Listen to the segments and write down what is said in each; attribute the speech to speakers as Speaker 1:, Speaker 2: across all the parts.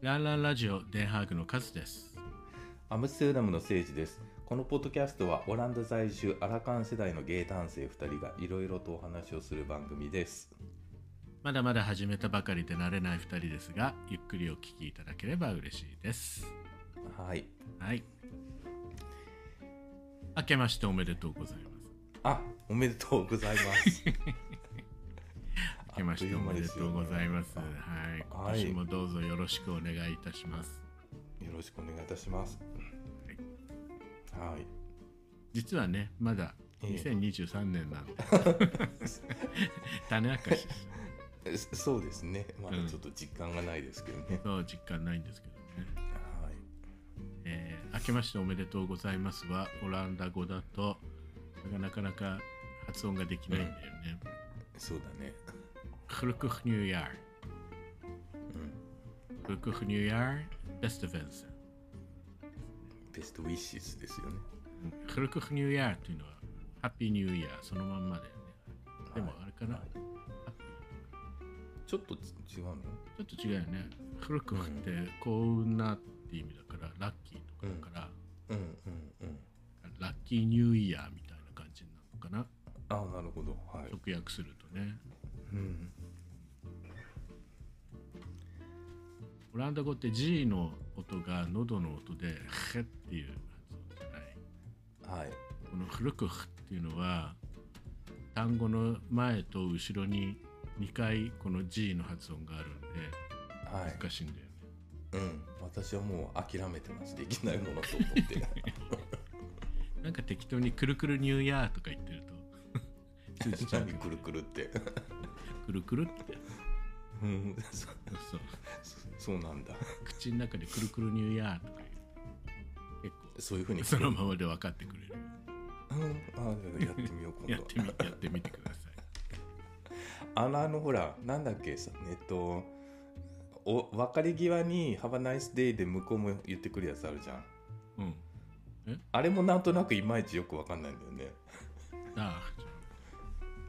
Speaker 1: ランランラジオデンハーグのカズです。
Speaker 2: アムステルダムの聖地です。このポッドキャストはオランダ在住アラカン世代のゲイ男性2人がいろいろとお話をする番組です。
Speaker 1: まだまだ始めたばかりで慣れない2人ですが、ゆっくりお聞きいただければ嬉しいです。
Speaker 2: はい。
Speaker 1: はい。明けましておめでとうございます。
Speaker 2: あ、おめでとうござ います。
Speaker 1: 明けましておめでとうございます。
Speaker 2: あっという間ですよ
Speaker 1: はい。今
Speaker 2: はい
Speaker 1: 年もどうぞよろしくお願いいたします。
Speaker 2: よろしくお願いいたします。はい。
Speaker 1: 実はね、まだ
Speaker 2: ええ
Speaker 1: 2023年 なんで、種明かしです
Speaker 2: えそそうですね。まだ
Speaker 1: うん
Speaker 2: ちょっと実感がないですけどね。
Speaker 1: そう実感ないんですけどね。
Speaker 2: はい。
Speaker 1: えー明けましておめでとうございますはオランダ語だとこれがなかなか発音ができないんだよね。
Speaker 2: そうだね。
Speaker 1: クルクフニューヤー。クルクフニューヤー、ベストフェンス。
Speaker 2: ベストウィッシスですよね。
Speaker 1: クルクフニューヤーというのはハッピーニューイヤーそのまんまだよね。でも
Speaker 2: はい
Speaker 1: あれかな、
Speaker 2: はいちょっとち違うの
Speaker 1: ちょっと違うよね。クルクフって幸運なって意味だからラッキーとかだから、
Speaker 2: うんうんうん。
Speaker 1: ラッキーニューイヤーみたいな感じになるのかな。
Speaker 2: あなるほど。はい。
Speaker 1: 直訳するとね。
Speaker 2: うん。
Speaker 1: オランダ語って G の音が喉の音で「へ」っていう発音じゃない
Speaker 2: はい。
Speaker 1: この「フルクフ」っていうのは単語の前と後ろに2回この G の発音があるんで
Speaker 2: はい。
Speaker 1: 難しいんだよね、
Speaker 2: うん、私はもう諦めてます。できないものと思 って。
Speaker 1: なんか適当に「くるくるニューイヤー」とか言ってると 通じちゃうけど
Speaker 2: 何くるくるって。
Speaker 1: くるくるって
Speaker 2: うん、そ
Speaker 1: そう
Speaker 2: そうなんだ。
Speaker 1: 口の中で「くるくるニューイヤー」とか言う結
Speaker 2: そういうふうに。
Speaker 1: 構そのままで分かってくれる
Speaker 2: うん、あ、やってみよう、今
Speaker 1: やっ
Speaker 2: 度
Speaker 1: て。みやってみてください
Speaker 2: あの、あの、ほら、なんだっけ、さえっと。お、別れ際に、ハバナイスデイで、向こうも言ってくるやつあるじゃん。
Speaker 1: うん
Speaker 2: あれもなんとなく、いまいちよくわかんないんだよね。
Speaker 1: あ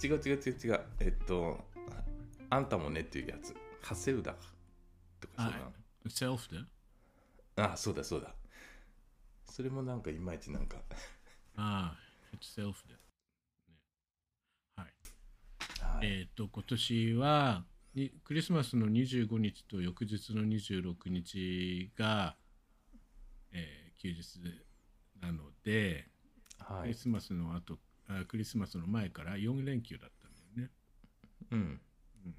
Speaker 1: あ
Speaker 2: 違う、違う、違う、違う、えっと。あんたもねっていうやつ。ハセウダ。とか、そうなの。
Speaker 1: セルフで
Speaker 2: あ、そうだ、そうだ。それもなんか、いまいち、なんか。
Speaker 1: ああ、itself で。ねはい。
Speaker 2: はい
Speaker 1: えっ、と、今年は、にクリスマスの25日と翌日の26日が、えー休日なので、
Speaker 2: は
Speaker 1: クリ
Speaker 2: い。
Speaker 1: スマスの後あ、クリスマスの前から4連休だったんだよね。
Speaker 2: うん
Speaker 1: うん。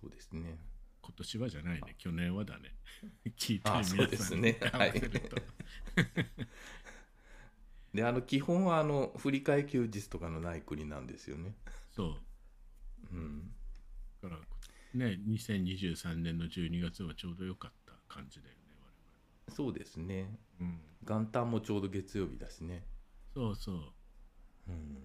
Speaker 2: そうですね。
Speaker 1: 今年はじゃないね、去年はだね。 聞いた
Speaker 2: あ
Speaker 1: 皆さん
Speaker 2: そうですね
Speaker 1: に合わせると。
Speaker 2: で、あの、基本は、あの、振り替え休日とかのない国なんですよね。
Speaker 1: そう。
Speaker 2: うん。
Speaker 1: だから、ね、2023年の12月はちょうど良かった感じだよね、
Speaker 2: そうですね。
Speaker 1: 我々。うん
Speaker 2: 元旦もちょうど月曜日だしね。
Speaker 1: そうそう。
Speaker 2: うん。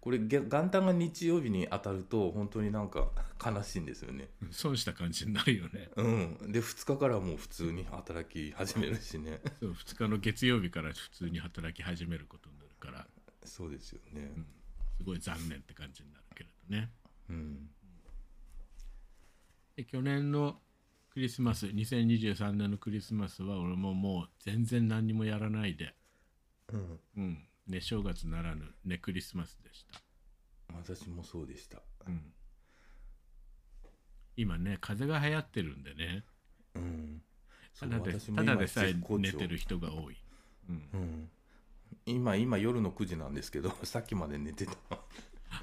Speaker 2: これ、げ元旦が日曜日に当たると、本当になんか悲しいんですよね。
Speaker 1: 損した感じになるよね。
Speaker 2: うん。で、2日からはもう普通に働き始めるしね。
Speaker 1: そう2日の月曜日から普通に働き始めることになるから、
Speaker 2: そうですよね。
Speaker 1: うんすごい残念って感じになるけれどね。
Speaker 2: うん。
Speaker 1: で去年のクリスマス2023年のクリスマスは俺ももう全然何にもやらないで、
Speaker 2: うん。
Speaker 1: うんね、正月ならぬねクリスマスでした。
Speaker 2: 私もそうでした。
Speaker 1: うん今ね風邪が流行ってるんでね
Speaker 2: うん。
Speaker 1: ただで
Speaker 2: そう
Speaker 1: ただでさえ
Speaker 2: 絶好調
Speaker 1: 寝てる人が多い、うん
Speaker 2: うん、今今夜の9時なんですけど さっきまで寝てた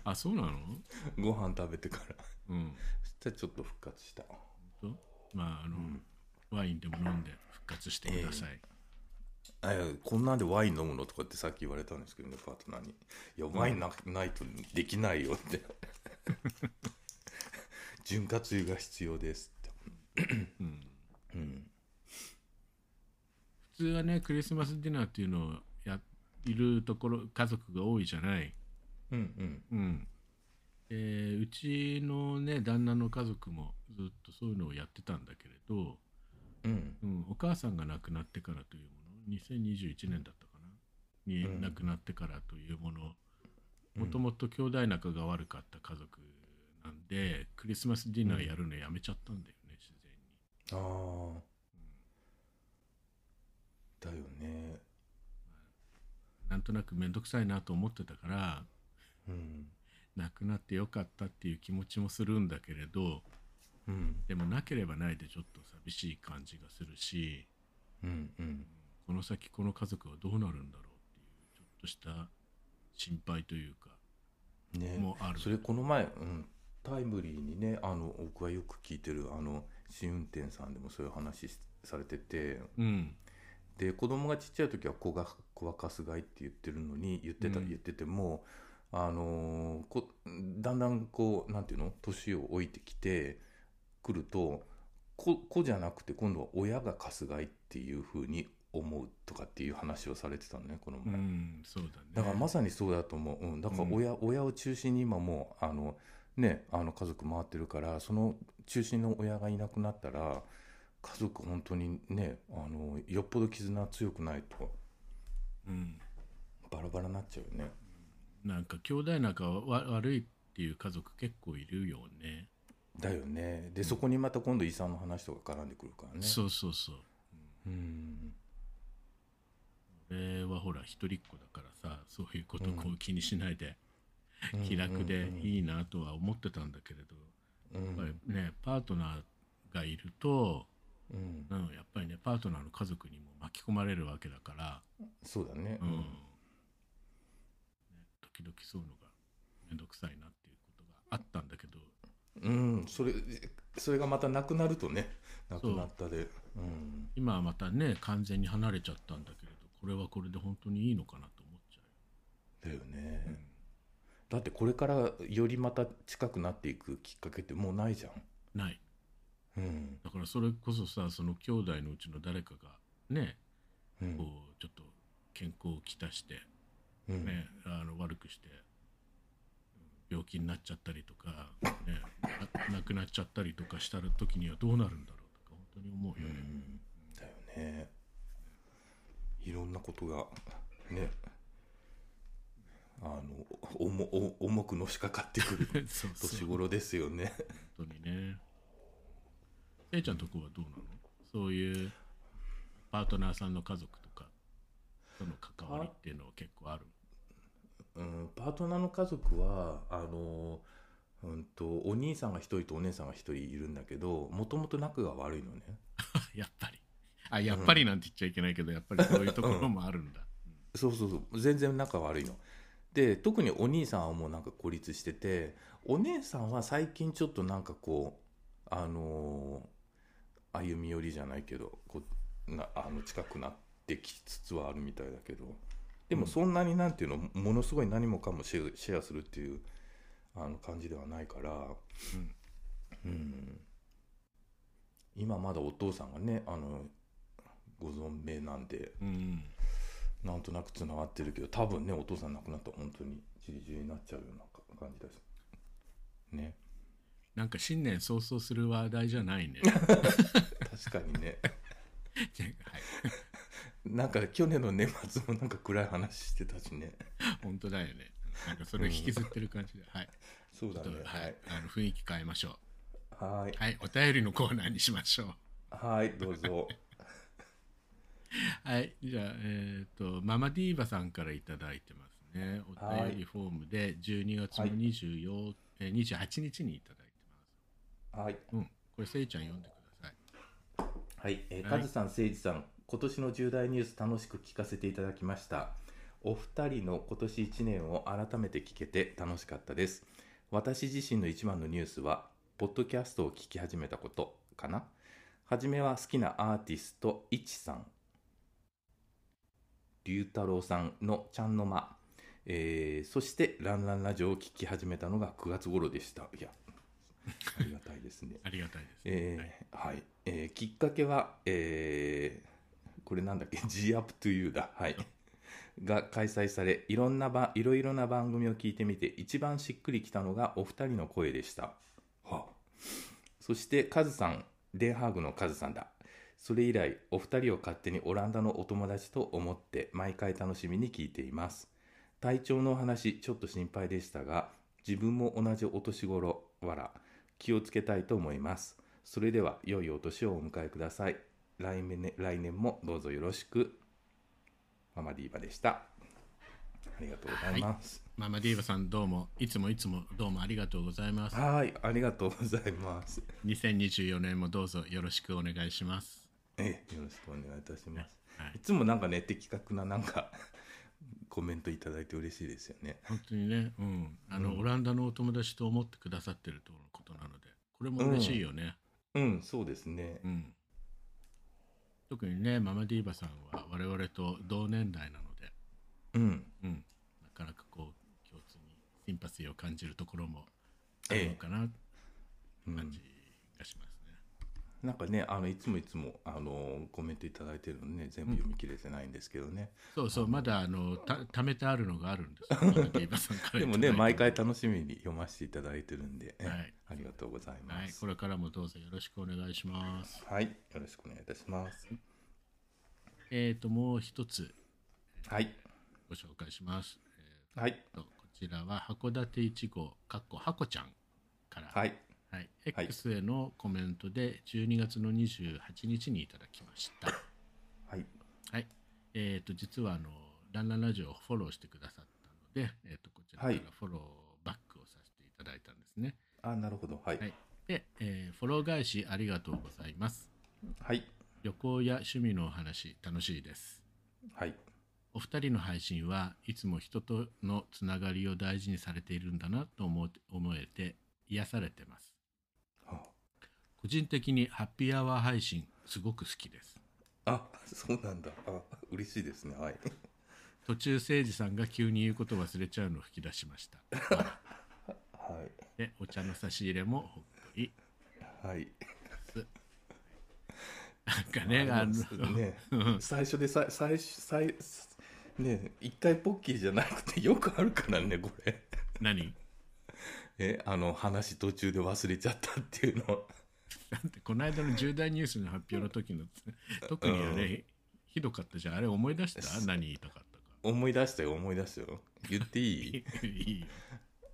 Speaker 1: あそうなの、
Speaker 2: ご飯食べてから
Speaker 1: う ん、
Speaker 2: そしたらちょっと復活した
Speaker 1: そうまああの、ワインでも飲んで復活してください、
Speaker 2: あいやこんなんでワイン飲むのとかってさっき言われたんですけどねパートナーに「いやワインなないとできないよ」って 潤滑油が必要ですって、うん
Speaker 1: 普通はねクリスマスディナーっていうのをやいるところ家族が多いじゃない、
Speaker 2: うんうん
Speaker 1: うんえーうちのね旦那の家族もずっとそういうのをやってたんだけれど、
Speaker 2: うん
Speaker 1: うん、お母さんが亡くなってからというもの2021年だったかなに、
Speaker 2: うん
Speaker 1: 亡くなってからというもの
Speaker 2: うん
Speaker 1: もともと兄弟仲が悪かった家族なんで、クリスマスディナーやるのやめちゃったんだよね自然に。
Speaker 2: ああだよね
Speaker 1: なんとなく面倒くさいなと思ってたから
Speaker 2: うん
Speaker 1: なくなってよかったっていう気持ちもするんだけれど
Speaker 2: うん
Speaker 1: でもなければないでちょっと寂しい感じがするし
Speaker 2: うんうん
Speaker 1: この先この家族はどうなるんだろうっていうちょっとした心配というか
Speaker 2: ね
Speaker 1: もうある
Speaker 2: それこの前、うん、タイムリーにねあの僕はよく聞いてるあの試運転さんでもそういう話しされてて
Speaker 1: うん
Speaker 2: で子供がちっちゃい時は子が子はかすがいって言ってるのに言ってた、
Speaker 1: うん
Speaker 2: 言っててもあのーこだんだんこうなんていうの年を老いてきてくると子子じゃなくて今度は親がかすがいっていうふうに思うとかっていう話をされてたのねこの
Speaker 1: う
Speaker 2: 前。
Speaker 1: んそうだね
Speaker 2: だからまさにそうだと思う、うん、だから親,、親を中心に今もうあの、ね、あの家族回ってるからその中心の親がいなくなったら家族本当にねあのよっぽど絆強くないと
Speaker 1: うん
Speaker 2: バラバラになっちゃうよね。
Speaker 1: なんか兄弟仲はわ悪いっていう家族結構いるよね
Speaker 2: だよねでそこにまた今度遺産の話とか絡んでくるからね。
Speaker 1: そうそうそう
Speaker 2: うん
Speaker 1: 俺はほら一人っ子だからさそういうことこ
Speaker 2: う
Speaker 1: う気にしないで気楽でいいなとは思ってたんだけれど、
Speaker 2: うんうんうん
Speaker 1: やっぱりねパートナーがいると、
Speaker 2: うん
Speaker 1: うん、やっぱりねパートナーの家族にも巻き込まれるわけだから、
Speaker 2: そうだね、
Speaker 1: うんね、時々そういうのが面倒くさいなっていうことがあったんだけど
Speaker 2: うんそれそれがまたなくなるとねなくなったで。うん
Speaker 1: 今はまたね完全に離れちゃったんだけれどこれはこれで本当にいいのかなと思っちゃ
Speaker 2: だよね、
Speaker 1: うよ、
Speaker 2: だってこれからよりまた近くなっていくきっかけってもうないじゃん。
Speaker 1: ない
Speaker 2: うん
Speaker 1: だからそれこそさその兄弟のうちの誰かがね
Speaker 2: う
Speaker 1: こ
Speaker 2: ん
Speaker 1: うちょっと健康をきたして
Speaker 2: うん
Speaker 1: ね、あの悪くして病気になっちゃったりとか、ね、 な亡くなっちゃったりとかした時にはどうなるんだろうとか本当に思う
Speaker 2: う
Speaker 1: よね。
Speaker 2: んだよねいろんなことがねあのおもお重くのしかかってく る
Speaker 1: そうそ
Speaker 2: 年
Speaker 1: う
Speaker 2: 頃ですよね。
Speaker 1: 本当にね。せいちゃんとこはどうなのそういうパートナーさんの家族とかとの関わりっていうのは結構ある。
Speaker 2: うん、パートナーの家族はあの、うん、とお兄さんが一人とお姉さんが一人いるんだけどもともと仲が悪いのね。
Speaker 1: やっぱり。あやっぱりなんて言っちゃいけないけど、やっぱりそういうところもあるんだ。
Speaker 2: そうそうそう全然仲悪いので特にお兄さんはもうなんか孤立しててお姉さんは最近ちょっとなんかこうあのー歩み寄りじゃないけどこうなあの近くなってきつつはあるみたいだけどでもそんなになんていうのものすごい何もかもシェアシェアするっていうあの感じではないから、うん今まだお父さんがねあのご存命なんで
Speaker 1: うん。うん
Speaker 2: なんとなくつながってるけど多分ねお父さん亡くなったら本当にじりじりになっちゃうような感じだしね
Speaker 1: なんか新年早々する話題じゃない ね。
Speaker 2: 確かにね
Speaker 1: はい
Speaker 2: なんか去年の年末もなんか暗い話してたしね
Speaker 1: 本当だよね。なんかそれを引きずってる感じで、はい。
Speaker 2: そう
Speaker 1: ちょ
Speaker 2: だ
Speaker 1: っと、
Speaker 2: ね
Speaker 1: はい、あの雰囲気変えましょ。
Speaker 2: はいう
Speaker 1: はい、お便りのコーナーにしましょう。
Speaker 2: はいどうぞ
Speaker 1: はい、じゃあ、えっ、と、ママディーバさんからいただいてますね。お便りフォームで、12月の
Speaker 2: はい
Speaker 1: 24、えー28日にいただいてま
Speaker 2: はい
Speaker 1: す。うん、これせいちゃん読んでください。
Speaker 2: はい、えー、
Speaker 1: は
Speaker 2: カ
Speaker 1: い
Speaker 2: ズさん、誠治さん、今年の重大ニュース楽しく聞かせていただきました。お二人の今年1年を改めて聞けて楽しかったです。私自身の一番のニュースは、ポッドキャストを聞き始めたことかな。はじめは好きなアーティスト、いちさん、龍太郎さんのちゃんの間、えーそして、ランランラジオを聞き始めたのが9月頃でした。いや、ありがたいですね。
Speaker 1: ありがたいです、はい
Speaker 2: えーはいえーきっかけは、えーこれなんだっけ G Up to You だ、 はい、が開催されいろんなばいろいろな番組を聞いてみて一番しっくりきたのがお二人の声でした、はあそしてカズさんデンハーグのカズさんだそれ以来お二人を勝手にオランダのお友達と思って毎回楽しみに聞いています体調のお話ちょっと心配でしたが自分も同じお年頃わら気をつけたいと思いますそれでは良いお年をお迎えください来年,、来年もどうぞよろしくママディーバでしたありがとうございます
Speaker 1: ママディーバさんどうもいつもいつもどうもありがとうございます
Speaker 2: はいありがとうございます
Speaker 1: 2024年もどうぞよろしくお願いします
Speaker 2: ええよろしくお願いいたします
Speaker 1: はいい
Speaker 2: つもなんかね的確ななんか コメントいただいて嬉しいですよね
Speaker 1: 本当にねうんあの、
Speaker 2: うん
Speaker 1: オランダのお友達と思ってくださってるとのことなのでこれも嬉しいよね
Speaker 2: うんそうですね
Speaker 1: うん、特にねママディーバさんは我々と同年代なので
Speaker 2: うん
Speaker 1: うん、なかなかこう共通にシンパシーを感じるところもあ
Speaker 2: ええ
Speaker 1: るのかな、
Speaker 2: うん
Speaker 1: 感じがしますね。
Speaker 2: なんかねあのいつもいつもあのコメントいただいてるのね全部読み切れてないんですけどね、
Speaker 1: そうそうまだあのた貯めてあるのがあるん ですよ。ママディーバさんから
Speaker 2: でも
Speaker 1: いただ
Speaker 2: ね
Speaker 1: いた
Speaker 2: 毎回楽しみに読ませていただいてるんで、
Speaker 1: はい
Speaker 2: ありがとうございま
Speaker 1: はい、
Speaker 2: す
Speaker 1: これからもどうぞよろしくお願いします。
Speaker 2: はい、よろしくお願いいたします
Speaker 1: えっ、ともう一つ
Speaker 2: はい
Speaker 1: ご紹介します。え
Speaker 2: はい
Speaker 1: ーとこちらは函館一号かっこハコちゃんから、
Speaker 2: はい
Speaker 1: はい、
Speaker 2: はい
Speaker 1: X へのコメントで12月の28日にいただきました。
Speaker 2: はい
Speaker 1: はい。えっ、と、実は、あの、ランランラジオをフォローしてくださったので、えっ、と、こちらから
Speaker 2: はい
Speaker 1: フォローバックをさせていただいたんですね。
Speaker 2: あなるほどはい
Speaker 1: はいで、えーフォロー返しありがとうございます。
Speaker 2: はい
Speaker 1: 旅行や趣味のお話、楽しいです。
Speaker 2: はい
Speaker 1: お二人の配信はいつも人とのつながりを大事にされているんだなと思う思えて癒されてます。
Speaker 2: は
Speaker 1: 個人的にハッピーアワー配信すごく好きです。
Speaker 2: ああそうなんだあ嬉しいですねはい
Speaker 1: 途中誠司さんが急に言うこと忘れちゃうのを吹き出しました。
Speaker 2: はい
Speaker 1: でお茶の差し入れもほっこり
Speaker 2: はい
Speaker 1: なんかね
Speaker 2: あ
Speaker 1: あの
Speaker 2: のね
Speaker 1: うん
Speaker 2: 最初でさ最初最ね一回ポッキーじゃなくて よくあるからねこれ
Speaker 1: 何
Speaker 2: えあの話途中で忘れちゃったっていうの
Speaker 1: だってこの間の重大ニュースの発表の時の特にあれ、ひどかったじゃんあれ思い出した何言いたかっ
Speaker 2: 思い出したよ思い出したよ言っていい
Speaker 1: たかい いよ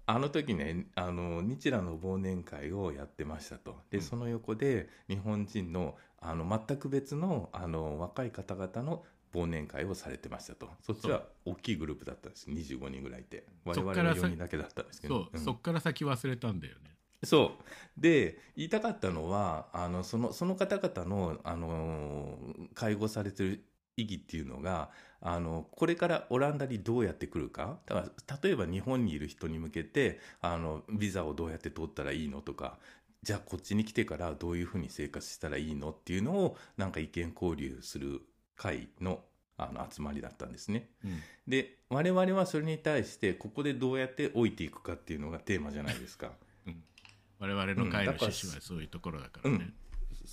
Speaker 2: あの時ねあの日蘭の忘年会をやってましたとで、
Speaker 1: うん
Speaker 2: その横で日本人のあの全く別のあの若い方々の忘年会をされてましたとそっちは大きいグループだったんです25人ぐらいいて我
Speaker 1: そっ
Speaker 2: 々
Speaker 1: から
Speaker 2: は
Speaker 1: さ
Speaker 2: 4人だけだったんですけ
Speaker 1: そう
Speaker 2: ど、、うん
Speaker 1: そっから先忘れたんだよね
Speaker 2: そう。で、言いたかったのは、あの、その、その方々の、あのー介護されてる意義っていうのが、あの、これからオランダにどうやって来るか、だから、例えば日本にいる人に向けて、あの、ビザをどうやって取ったらいいのとか、じゃあこっちに来てからどういうふうに生活したらいいのっていうのを、なんか意見交流する会の、あの、集まりだったんですね。
Speaker 1: うん
Speaker 2: で、我々はそれに対して、ここでどうやって老いていくかっていうのがテーマじゃないですか。
Speaker 1: 我々の会の
Speaker 2: うんだから
Speaker 1: 趣旨はそういうところだからね、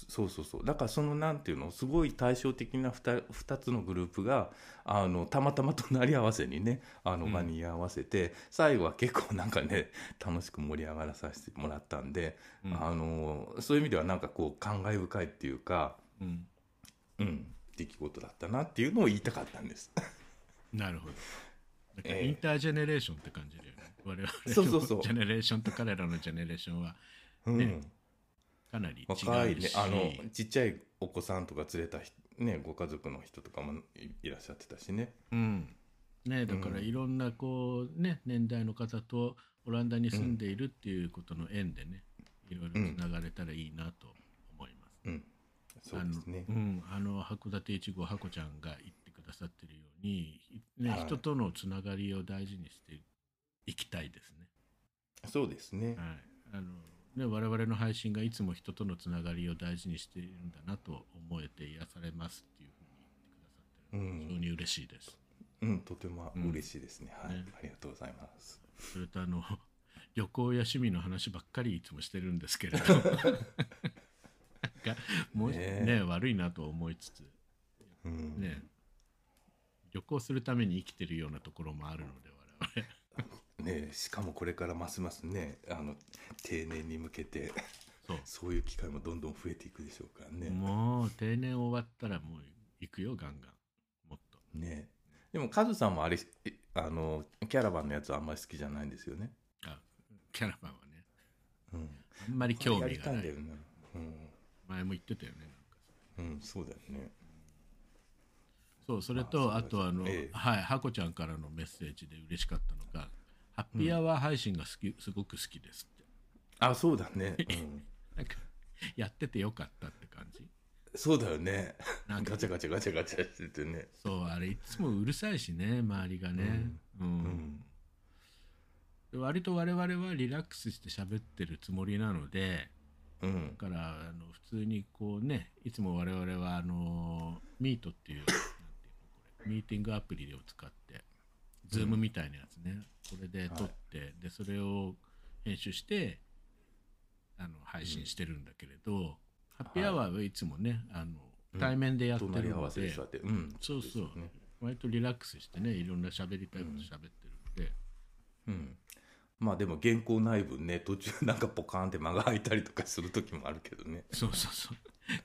Speaker 2: そうそうそうだからそのなんていうのすごい対照的な 2, つのグループがあのたまたま隣り合わせにねあの
Speaker 1: うん
Speaker 2: 場に居合わせて、最後は結構なんかね楽しく盛り上がらさせてもらったんで、
Speaker 1: うん
Speaker 2: あのそういう意味ではなんかこう感慨深いっていうか、
Speaker 1: うん
Speaker 2: うん、出来事だったなっていうのを言いたかったんです。
Speaker 1: なるほどだから
Speaker 2: ええ
Speaker 1: インタージェネレーションって感じだよね、我々
Speaker 2: そうそうそ
Speaker 1: の
Speaker 2: う
Speaker 1: ジェネレーションと彼らのジェネレーションは
Speaker 2: うん
Speaker 1: ねかなり違うし
Speaker 2: 若いねあのちっちゃいお子さんとか連れた人、ね、ご家族の人とかもいいらっしゃってたしね。
Speaker 1: うん、ねだから
Speaker 2: うん
Speaker 1: いろんなこうね年代の方とオランダに住んでいるっていうことの縁でね、いろいろつながれたらいいなと思います。
Speaker 2: うん、そうですね
Speaker 1: あのうん、あの函館一号ハコちゃんが言ってくださってるように、ね
Speaker 2: はい
Speaker 1: 人とのつながりを大事にしていきたいです
Speaker 2: そうですね
Speaker 1: ね。はいあのね、我々の配信がいつも人とのつながりを大事にしているんだなと思えて癒されますっていうふうに言ってくださってるの
Speaker 2: うん
Speaker 1: が非常に嬉しいです。
Speaker 2: うん、とても
Speaker 1: うん
Speaker 2: 嬉しいですね。はい、
Speaker 1: ね
Speaker 2: ありがとうございます。
Speaker 1: それとあの 旅行や趣味の話ばっかりいつもしてるんですけれどなんかもう
Speaker 2: ね
Speaker 1: ね
Speaker 2: え
Speaker 1: 悪いなと思いつつ、
Speaker 2: うん、
Speaker 1: ね、旅行するために生きてるようなところもあるので我々
Speaker 2: ねしかもこれからますますね、あの定年に向けて、
Speaker 1: そう
Speaker 2: そういう機会もどんどん増えていくでしょうからね。
Speaker 1: もう定年終わったらもう行くよガンガンもっと
Speaker 2: ねでもカズさんもあれ、えあのキャラバンのやつはあんまり好きじゃないんですよね。
Speaker 1: あキャラバンはね
Speaker 2: うん、
Speaker 1: あんまり興
Speaker 2: や
Speaker 1: 味
Speaker 2: り
Speaker 1: が
Speaker 2: たい
Speaker 1: なんい
Speaker 2: だよね。うん、
Speaker 1: 前も言ってたよねなんか
Speaker 2: うん、そうだよね。
Speaker 1: そうそれと、
Speaker 2: まあ
Speaker 1: あ、とあの、
Speaker 2: ええ
Speaker 1: はいハコちゃんからのメッセージで嬉しかったのが「ハッピーアワー配信が好き、すごく好きです」って
Speaker 2: あ、そうだね。 うん、
Speaker 1: なんかやっててよかったって感じ
Speaker 2: そうだよね。
Speaker 1: なんか
Speaker 2: ガチャガチャガチャガチャしててね。
Speaker 1: そうあれいつもうるさいしね周りがね、うん
Speaker 2: うん。
Speaker 1: で割と我々はリラックスして喋ってるつもりなので
Speaker 2: うん。
Speaker 1: だからあの普通にこうねいつも我々はあのミートっていうなんていうのこれミーティングアプリを使ってズームみたいなやつね、これで撮って、でそれを編集してあの配信してるんだけれど、ハッピーアワーはいつもね、あの対面でやってるので、
Speaker 2: 隣り合わせで座って。うん。
Speaker 1: そうそう、
Speaker 2: ですね
Speaker 1: 割とリラックスしてねいろんな喋りたいこと喋ってるんで、
Speaker 2: うん。まあでも原稿ない分ね、途中 なんかポカーンって間が空いたりとかする時もあるけどね。
Speaker 1: そうそうそう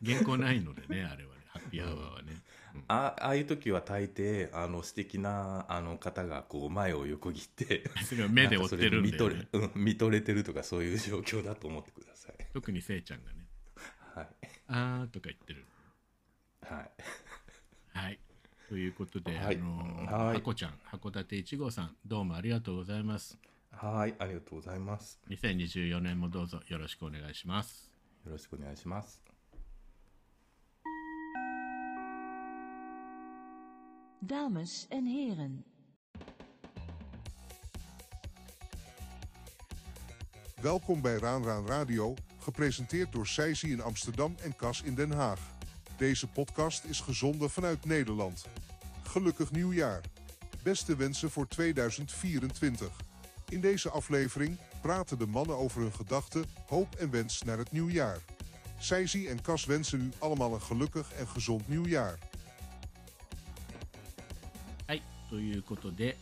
Speaker 1: 原稿ないのでねあれはねハッピーアワーはね、
Speaker 2: あああいう時は大抵、あの素敵なあの方がこう前を横切って、
Speaker 1: それは 目で追ってるん
Speaker 2: な
Speaker 1: で、
Speaker 2: かそれ見
Speaker 1: ね、
Speaker 2: とれ、うん、見とれてるとかそういう状況だと思ってください。
Speaker 1: 特にせいちゃんがね
Speaker 2: はい。
Speaker 1: 「あー」とか言ってる
Speaker 2: はい。
Speaker 1: はいということで、
Speaker 2: はい
Speaker 1: あの
Speaker 2: はい
Speaker 1: はこちゃん函館いちごさんどうもありがとうございます
Speaker 2: はい、ありがとうございます。
Speaker 1: 2024年もどうぞよろしくお願いします
Speaker 2: よろしくお願いします。
Speaker 3: Dames en heren.
Speaker 4: Welkom bij Raan Raan Radio, gepresenteerd door Seisi in Amsterdam en Cas in Den Haag. Deze podcast is gezonden vanuit Nederland. Gelukkig nieuwjaar. Beste wensen voor 2024. In deze aflevering praten de mannen over hun gedachten, hoop en wens naar het nieuwjaar. Seisi en Cas wensen u allemaal een gelukkig en gezond nieuwjaar.
Speaker 1: はいということで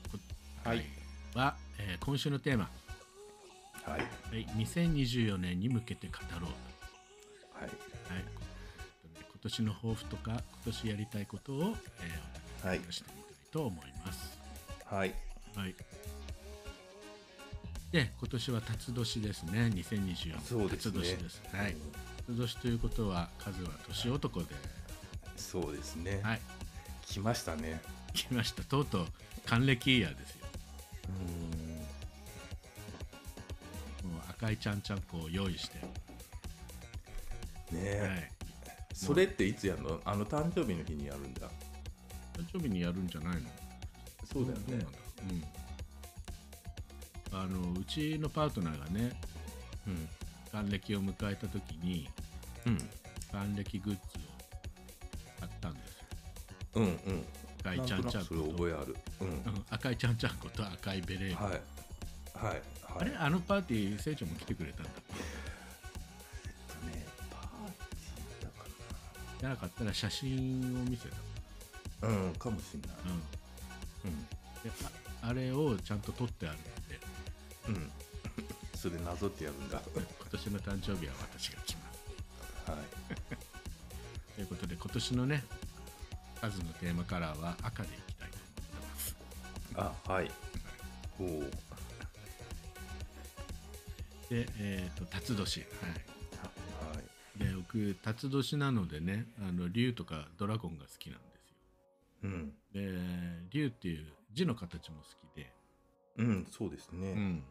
Speaker 2: はい
Speaker 1: 今回は、えー今週のテーマ、
Speaker 2: はい。はい。
Speaker 1: はい、2024年に向けて語ろうはい、今年の抱負とか今年やりたいことを、えー、
Speaker 2: はい
Speaker 1: お話ししてみたいと思います。
Speaker 2: はい。
Speaker 1: はい、で今年は辰年ですね2024
Speaker 2: そうです
Speaker 1: 辰
Speaker 2: ね
Speaker 1: 年です。はい、辰年ということは数は年男で、
Speaker 2: そうですね。
Speaker 1: はい、
Speaker 2: 来ましたね。
Speaker 1: 来ましたとうとう還暦イヤーですよ。もう赤いちゃんちゃんこを用意して、
Speaker 2: ね
Speaker 1: は
Speaker 2: え、
Speaker 1: い、
Speaker 2: それっていつやるのあの誕生日の日にやるんだ。
Speaker 1: 誕生日にやるんじゃないの
Speaker 2: そうだよ
Speaker 1: どう
Speaker 2: ね
Speaker 1: なん。だうん、あのうちのパートナーがね
Speaker 2: うん。
Speaker 1: 還暦を迎えた時に
Speaker 2: うん。
Speaker 1: 還暦グッズを買ったんですよ
Speaker 2: うんうん。
Speaker 1: 赤いちゃんちゃん
Speaker 2: そ
Speaker 1: こ
Speaker 2: れ
Speaker 1: と
Speaker 2: 覚えある。うん。
Speaker 1: うん赤いちゃんちゃんこと赤いベレー帽、
Speaker 2: はい。はい。はい。
Speaker 1: あれあのパーティーせいちゃんも来てくれたんだっけ
Speaker 2: ねパーティーだか
Speaker 1: じゃなかったら写真を見せた、
Speaker 2: ら。うん、かもしんない。
Speaker 1: うん、でああれをちゃんと撮ってあるので
Speaker 2: うん。うん。それなぞってやるんだ。 はい。
Speaker 1: 今年の誕生日は私が来ますということで今年のね数のテーマカラーは赤でいきたいと思います
Speaker 2: あ、はい。ほう。
Speaker 1: でえっ、と辰年はい
Speaker 2: はい。
Speaker 1: で僕辰年なのでねあの竜とかドラゴンが好きなん
Speaker 2: うん。
Speaker 1: ですよで竜っていう字の形も好きで、
Speaker 2: うん、そうですね。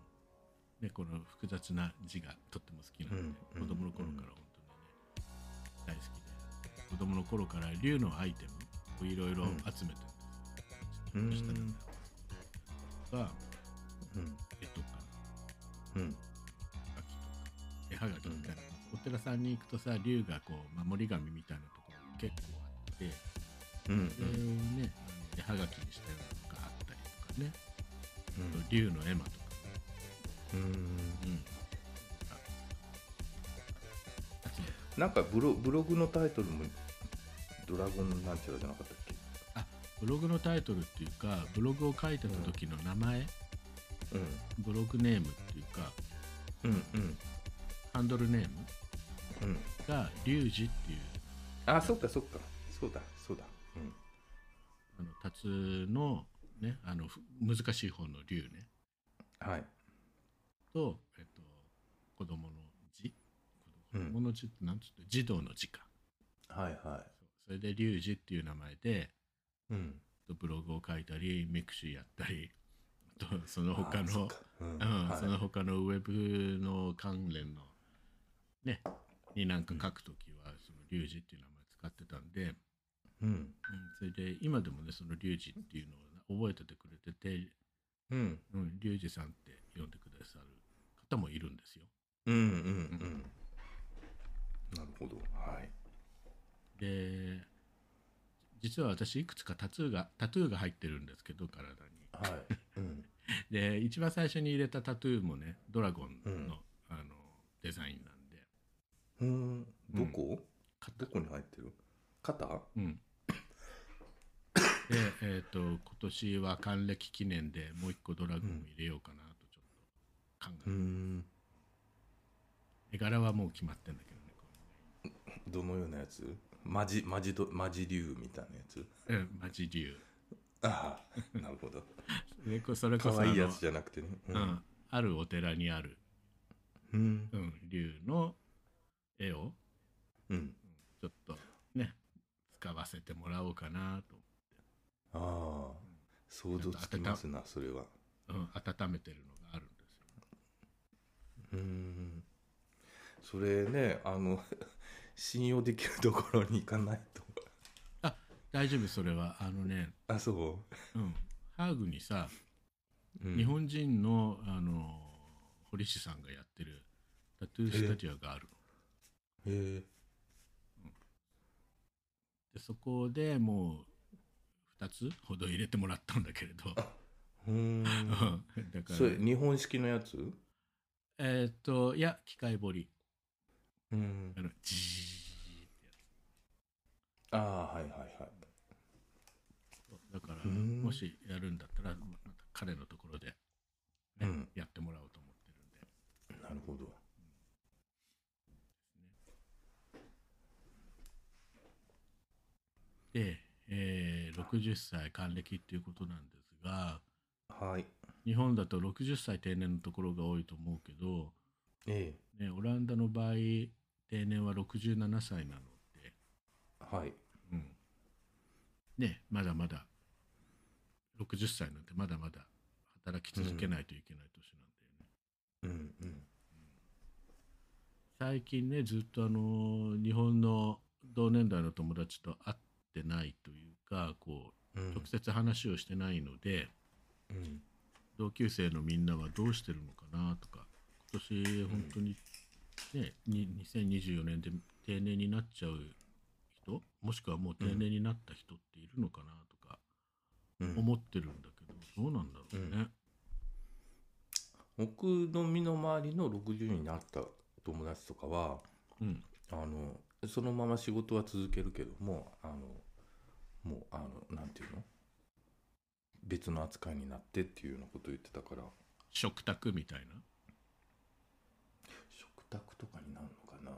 Speaker 1: でこの複雑な字がとっても好きなので、
Speaker 2: うん
Speaker 1: 子供の頃から本当にね大好きで子供の頃から竜のアイテムをいろいろ集めてるんですよ、ちょ
Speaker 2: うん
Speaker 1: っとしたのが
Speaker 2: うん。
Speaker 1: 絵とか
Speaker 2: うん。
Speaker 1: 書きとか絵はがきみたいな、お寺さんに行くとさ竜がこう守り神みたいなところが結構あって、
Speaker 2: うん。うん
Speaker 1: それをね、絵はがきにしたようなのがあったりとかね、
Speaker 2: うん
Speaker 1: 竜の絵馬とか、
Speaker 2: うん。
Speaker 1: あ集めた
Speaker 2: なんかブロブログのタイトルも「ドラゴンなんちゃら」じゃなかったっ
Speaker 1: あブログのタイトルっていうか、ブログを書いてた時の名前、
Speaker 2: けうん
Speaker 1: ブログネームっていうか、
Speaker 2: うんうん
Speaker 1: ハンドルネーム
Speaker 2: うん
Speaker 1: が龍二っていう
Speaker 2: あそっかそっかそうだそうだうん
Speaker 1: あの達のねあのふ難しい方の龍ね
Speaker 2: はい
Speaker 1: と、えっと、子供の字
Speaker 2: うんうん
Speaker 1: この字ってなんつって児童の字か
Speaker 2: はいは
Speaker 1: それでリュウジっていう名前で
Speaker 2: い。うん。
Speaker 1: ブログを書いたりミクシーやったりあとその他
Speaker 2: あそっ
Speaker 1: の
Speaker 2: かうん
Speaker 1: うん
Speaker 2: はい
Speaker 1: その他のウェブの関連のねになんか書くときはそのリュウジっていう名前使ってたんで、うん
Speaker 2: うん。
Speaker 1: それで今でもねそのリュウジっていうのを覚えててくれてて、
Speaker 2: うん。
Speaker 1: うん、リュウジさんって呼んでくださる方もいるんですよ。
Speaker 2: うんうんうん。なるほど。はい。
Speaker 1: で実は私いくつかタトゥーがタトゥーが入ってるんですけど体に。
Speaker 2: はい。うん。
Speaker 1: で一番最初に入れたタトゥーもねドラゴンの,、
Speaker 2: うん
Speaker 1: あのデザインなんで
Speaker 2: うん。どこ、
Speaker 1: 肩
Speaker 2: どこに入ってる肩
Speaker 1: うん。で、えっ、と、今年は還暦記念でもう一個ドラゴンを入れようかなとちょっと考え
Speaker 2: う
Speaker 1: て、
Speaker 2: ん。
Speaker 1: 絵柄はもう決まってんだけどね。こ
Speaker 2: どのようなやつマジ、マジド、マジ竜みたいなやつ
Speaker 1: れうん、マジ竜。
Speaker 2: あ あ、なるほど。
Speaker 1: でこそれこ
Speaker 2: 可
Speaker 1: そあ
Speaker 2: 愛
Speaker 1: の
Speaker 2: いやつじゃなくてね。う
Speaker 1: う。ん、あるお寺にある、
Speaker 2: うん。
Speaker 1: うん、竜の絵を
Speaker 2: うん。
Speaker 1: ちょっとね、使わせてもらおうかな
Speaker 2: ああ。想像つきますな、それは。
Speaker 1: と、うん、温めてるのがあるんですよ。
Speaker 2: うん。それね、あの、 信用できるところに行かないと。
Speaker 1: あ、大丈夫、それは。あのね、
Speaker 2: あ、そ
Speaker 1: うん、ハーグにさ、
Speaker 2: う、うん
Speaker 1: 日本人のあの堀市さんがやってるタトゥースタジオがあるの
Speaker 2: へえ。
Speaker 1: でそこでもう2つほど入れてもらったんだけれ ど
Speaker 2: う ーん。
Speaker 1: うんだか
Speaker 2: それ、
Speaker 1: ら
Speaker 2: 日本式のやつ
Speaker 1: えーっといや機械彫り
Speaker 2: うん
Speaker 1: あ。のジーってや
Speaker 2: ああ、はいはいはい。
Speaker 1: つだから
Speaker 2: うん
Speaker 1: もしやるんだったらまた彼のところで、ね
Speaker 2: うん
Speaker 1: やってもらおうと思ってるんで
Speaker 2: なるほど。
Speaker 1: で、えー60歳還暦っていうことなんですが
Speaker 2: はい。
Speaker 1: 日本だと60歳定年のところが多いと思うけど
Speaker 2: え
Speaker 1: ね、オランダの場合定年は67歳なので、
Speaker 2: え。はい。
Speaker 1: うんね、まだまだ60歳なんてまだまだ働き続けないといけない年なんだよね、
Speaker 2: うんうん。
Speaker 1: 最近ねずっとあの日本の同年代の友達と会ってないというかこ
Speaker 2: う
Speaker 1: うん直接話をしてないので、
Speaker 2: うん。
Speaker 1: 同級生のみんなはどうしてるのかなとか今年本当に、ねに2024年で定年になっちゃう人もしくはもう定年になった人っているのかなとか
Speaker 2: うん
Speaker 1: 思ってるんだけど、どうなんだろうね、
Speaker 2: 僕の身の回りの60になった友達とかは
Speaker 1: うん
Speaker 2: あのそのまま仕事は続けるけどもあのもうあのなんていうの別の扱いになってっていうようなことを言ってたから
Speaker 1: 食卓みたいな
Speaker 2: 食卓とかになるのかな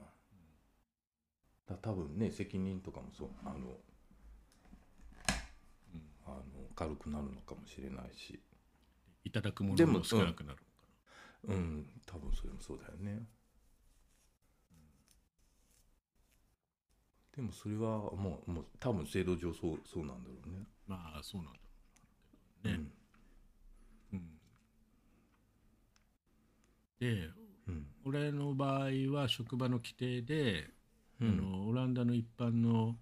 Speaker 2: だ多分ね責任とかもそうあの
Speaker 1: うん
Speaker 2: あの軽くなるのかもしれないし
Speaker 1: いただくも
Speaker 2: で
Speaker 1: の
Speaker 2: も
Speaker 1: も少なくなるのか
Speaker 2: うん多分それもそうだよねでもそれはもうもう多分制度上そうそうなんだろうね
Speaker 1: な、まあそうなんだろうね、うんで
Speaker 2: うん
Speaker 1: 俺の場合は職場の規定であ
Speaker 2: うん
Speaker 1: のオランダの一般の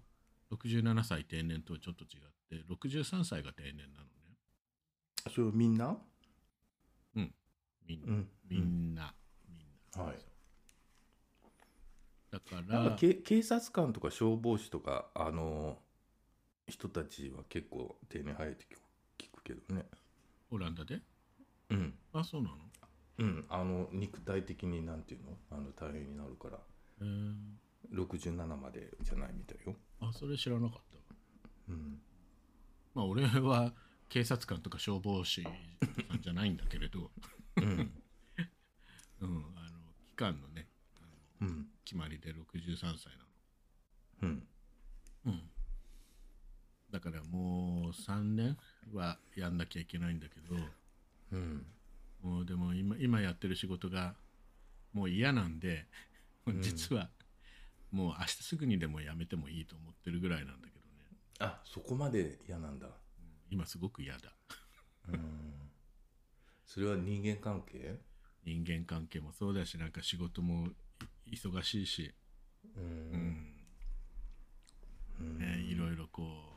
Speaker 1: 67歳定年とはちょっと違って63歳が定年なのね
Speaker 2: それをみんな
Speaker 1: みんな、
Speaker 2: うん
Speaker 1: みんな、みんな
Speaker 2: はい
Speaker 1: だか
Speaker 2: なんからけ警察官とか消防士とかあの人たちは結構定年早いって聞く聞くけどね
Speaker 1: オランダで
Speaker 2: うん
Speaker 1: あそうなの
Speaker 2: うんあの肉体的になんていうのあの大変になるから
Speaker 1: へー
Speaker 2: 67までじゃないみたいよ
Speaker 1: あそれ知らなかったわ
Speaker 2: うん
Speaker 1: まあ俺は警察官とか消防士さんじゃないんだけれど、
Speaker 2: うん
Speaker 1: うん、あの期間のね
Speaker 2: うん
Speaker 1: 決まりで63歳なの
Speaker 2: うん
Speaker 1: うん、だからもう3年はやんなきゃいけないんだけど
Speaker 2: うん
Speaker 1: もうでも今今やってる仕事がもう嫌なんで、実はもう明日すぐにでもやめてもいいと思ってるぐらいなんだけどね
Speaker 2: あそこまで嫌なんだ
Speaker 1: 今すごく嫌だ
Speaker 2: うんそれは人間関係
Speaker 1: 人間関係もそうだしなんか仕事もい忙しいし、
Speaker 2: う
Speaker 1: うんんね、いろいろこ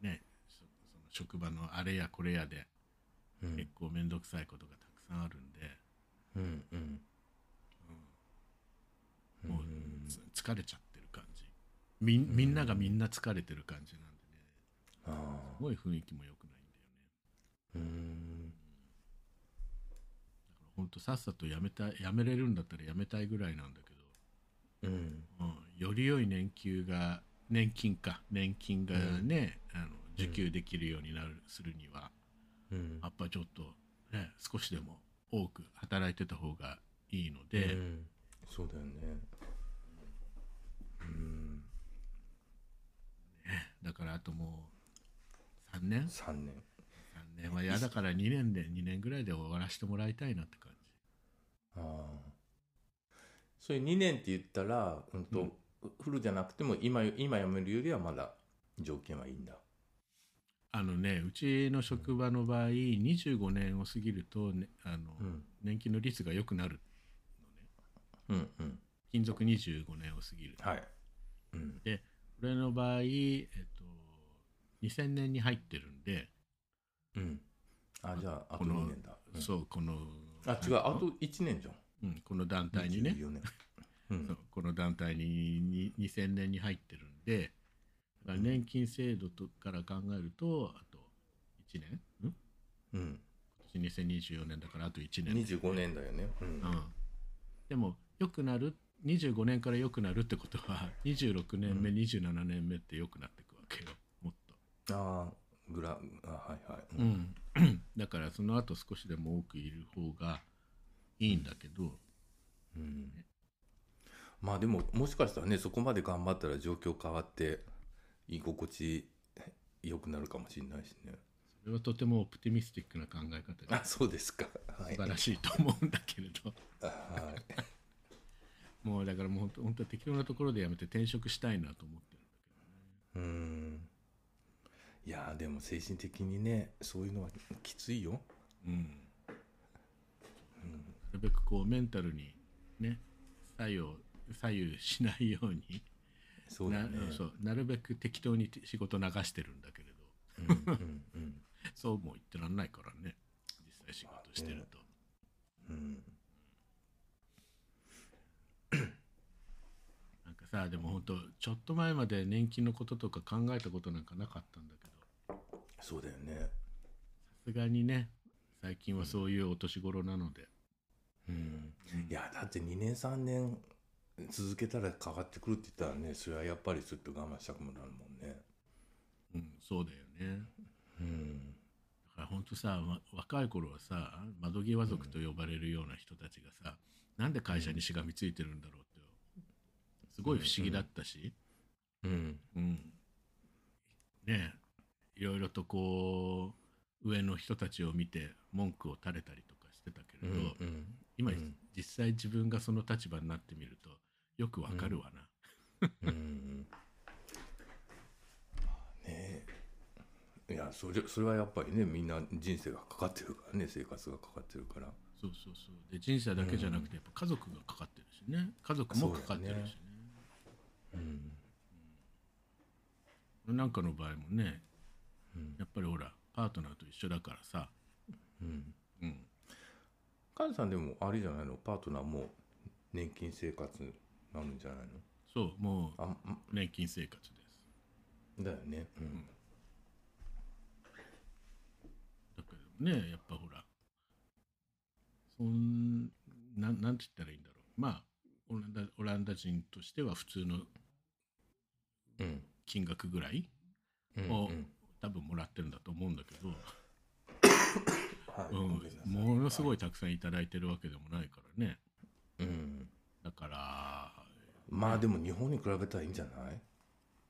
Speaker 1: うねそその職場のあれやこれやで
Speaker 2: うん
Speaker 1: 結構面倒くさいことがたくさんあるんで、
Speaker 2: うんうん
Speaker 1: もうつ疲れちゃってる感じみんみんながみんな疲れてる感じなんでね
Speaker 2: ああ
Speaker 1: すごい雰囲気も良くないんだよね
Speaker 2: うん
Speaker 1: だからほんとさっさとやめたいやめれるんだったらやめたいぐらいなんだけど
Speaker 2: うん
Speaker 1: うん、より良い年給が年金か年金がね、あの受給できるようになる、するには
Speaker 2: うん
Speaker 1: やっぱちょっと、ね、少しでも多く働いてた方がいいので、
Speaker 2: うんそうだよね
Speaker 1: だからあともう3年3
Speaker 2: 3年
Speaker 1: 年は嫌だから2年で2年ぐらいで終わらせてもらいたいなって感じ
Speaker 2: ああそれ2年って言ったら、うんとフルじゃなくても今今辞めるよりはまだ条件はいいんだ
Speaker 1: あのねうちの職場の場合25年を過ぎると、ね、あの
Speaker 2: うん
Speaker 1: 年金の率が良くなる
Speaker 2: うんうん
Speaker 1: 勤続25年を過ぎる
Speaker 2: はいうん
Speaker 1: で俺の場合、えっと、2000年に入ってるんで、
Speaker 2: うんあじゃああと
Speaker 1: この
Speaker 2: 2年だ、うん
Speaker 1: そうこの
Speaker 2: あ違うあと1年じゃん
Speaker 1: うん、この団体にね
Speaker 2: 24年うん
Speaker 1: そうこの団体にに2000年に入ってるんでだから年金制度とから考えるとあと1年ん
Speaker 2: うん
Speaker 1: 今年2024年だからあと1年、
Speaker 2: 25年だよねうん
Speaker 1: うん、でも良くなる25年から良くなるってことは26年 目、
Speaker 2: うん
Speaker 1: 27年目って良くなっていくわけよもっと。
Speaker 2: ああグラあはいはい、
Speaker 1: うん だからその後少しでも多くいる方がいいんだけど、
Speaker 2: うんまあでももしかしたらねそこまで頑張ったら状況変わって居心地良くなるかもしれないしね
Speaker 1: それはとてもオプティミスティックな考え方
Speaker 2: あ
Speaker 1: で
Speaker 2: そうですかは
Speaker 1: 素
Speaker 2: い
Speaker 1: 晴らしいと思うんだけれど
Speaker 2: はい
Speaker 1: もうだからもう本当本当は適当なところでやめて転職したいなと思ってるんだ
Speaker 2: うんいやーでも精神的にねそういうのはきついよ
Speaker 1: けど、うんなるべくこうメンタルにね左右左右しないように
Speaker 2: そうだね
Speaker 1: なそうなるべく適当に仕事流してるんだけれど
Speaker 2: うんうんうん
Speaker 1: そうも言ってらんないからね実際仕事してると。
Speaker 2: うん
Speaker 1: なんかさでも本当ちょっと前まで年金のこととか考えたことなんかなかったんだけど
Speaker 2: そうだよね
Speaker 1: さすがにね最近はそういうお年頃なので、
Speaker 2: うんいやだって2年3年続けたら変わってくるって言ったらねそれはやっぱりちょっと我慢したくもなるもんね
Speaker 1: うん、そうだよね
Speaker 2: うん
Speaker 1: だから本当さわ若い頃はさ窓際族と呼ばれるような人たちがさ、なんで会社にしがみついてるんだろうってすごい不思議だったし、
Speaker 2: うん
Speaker 1: うんねえいろいろとこう上の人たちを見て文句を垂れたりとかしてたけ
Speaker 2: う
Speaker 1: れど、
Speaker 2: んうん
Speaker 1: 今、
Speaker 2: うん
Speaker 1: 実際自分がその立場になってみるとよくわかるわな、
Speaker 2: うんねえいやそれそれはやっぱりねみんな人生がかかってるからね生活がかかってるから
Speaker 1: そうそうそうで人生だけじゃなくてやっぱ家族がかかってるしね家族もかかってるしね
Speaker 2: そううん
Speaker 1: なんかの場合もね
Speaker 2: うん
Speaker 1: やっぱりほらパートナーと一緒だからさ、
Speaker 2: うん
Speaker 1: うん、
Speaker 2: カズさんでもあれじゃないのパートナーも年金生活なるんじゃないの
Speaker 1: そうも
Speaker 2: あ
Speaker 1: うん年金生活です
Speaker 2: だよねうん
Speaker 1: だけどねやっぱほらそんなんなんて言ったらいいんだろうまあオランダオランダ人としては普通の
Speaker 2: うん
Speaker 1: 金額ぐらい
Speaker 2: うん
Speaker 1: を
Speaker 2: うん
Speaker 1: 多分もらってるんだと思うんだけど、
Speaker 2: はいごめんなさ
Speaker 1: う
Speaker 2: い
Speaker 1: ん、ものすごいたくさんいただいてるわけでもないからね
Speaker 2: うん
Speaker 1: だから
Speaker 2: まあでも日本に比べたらいいんじゃない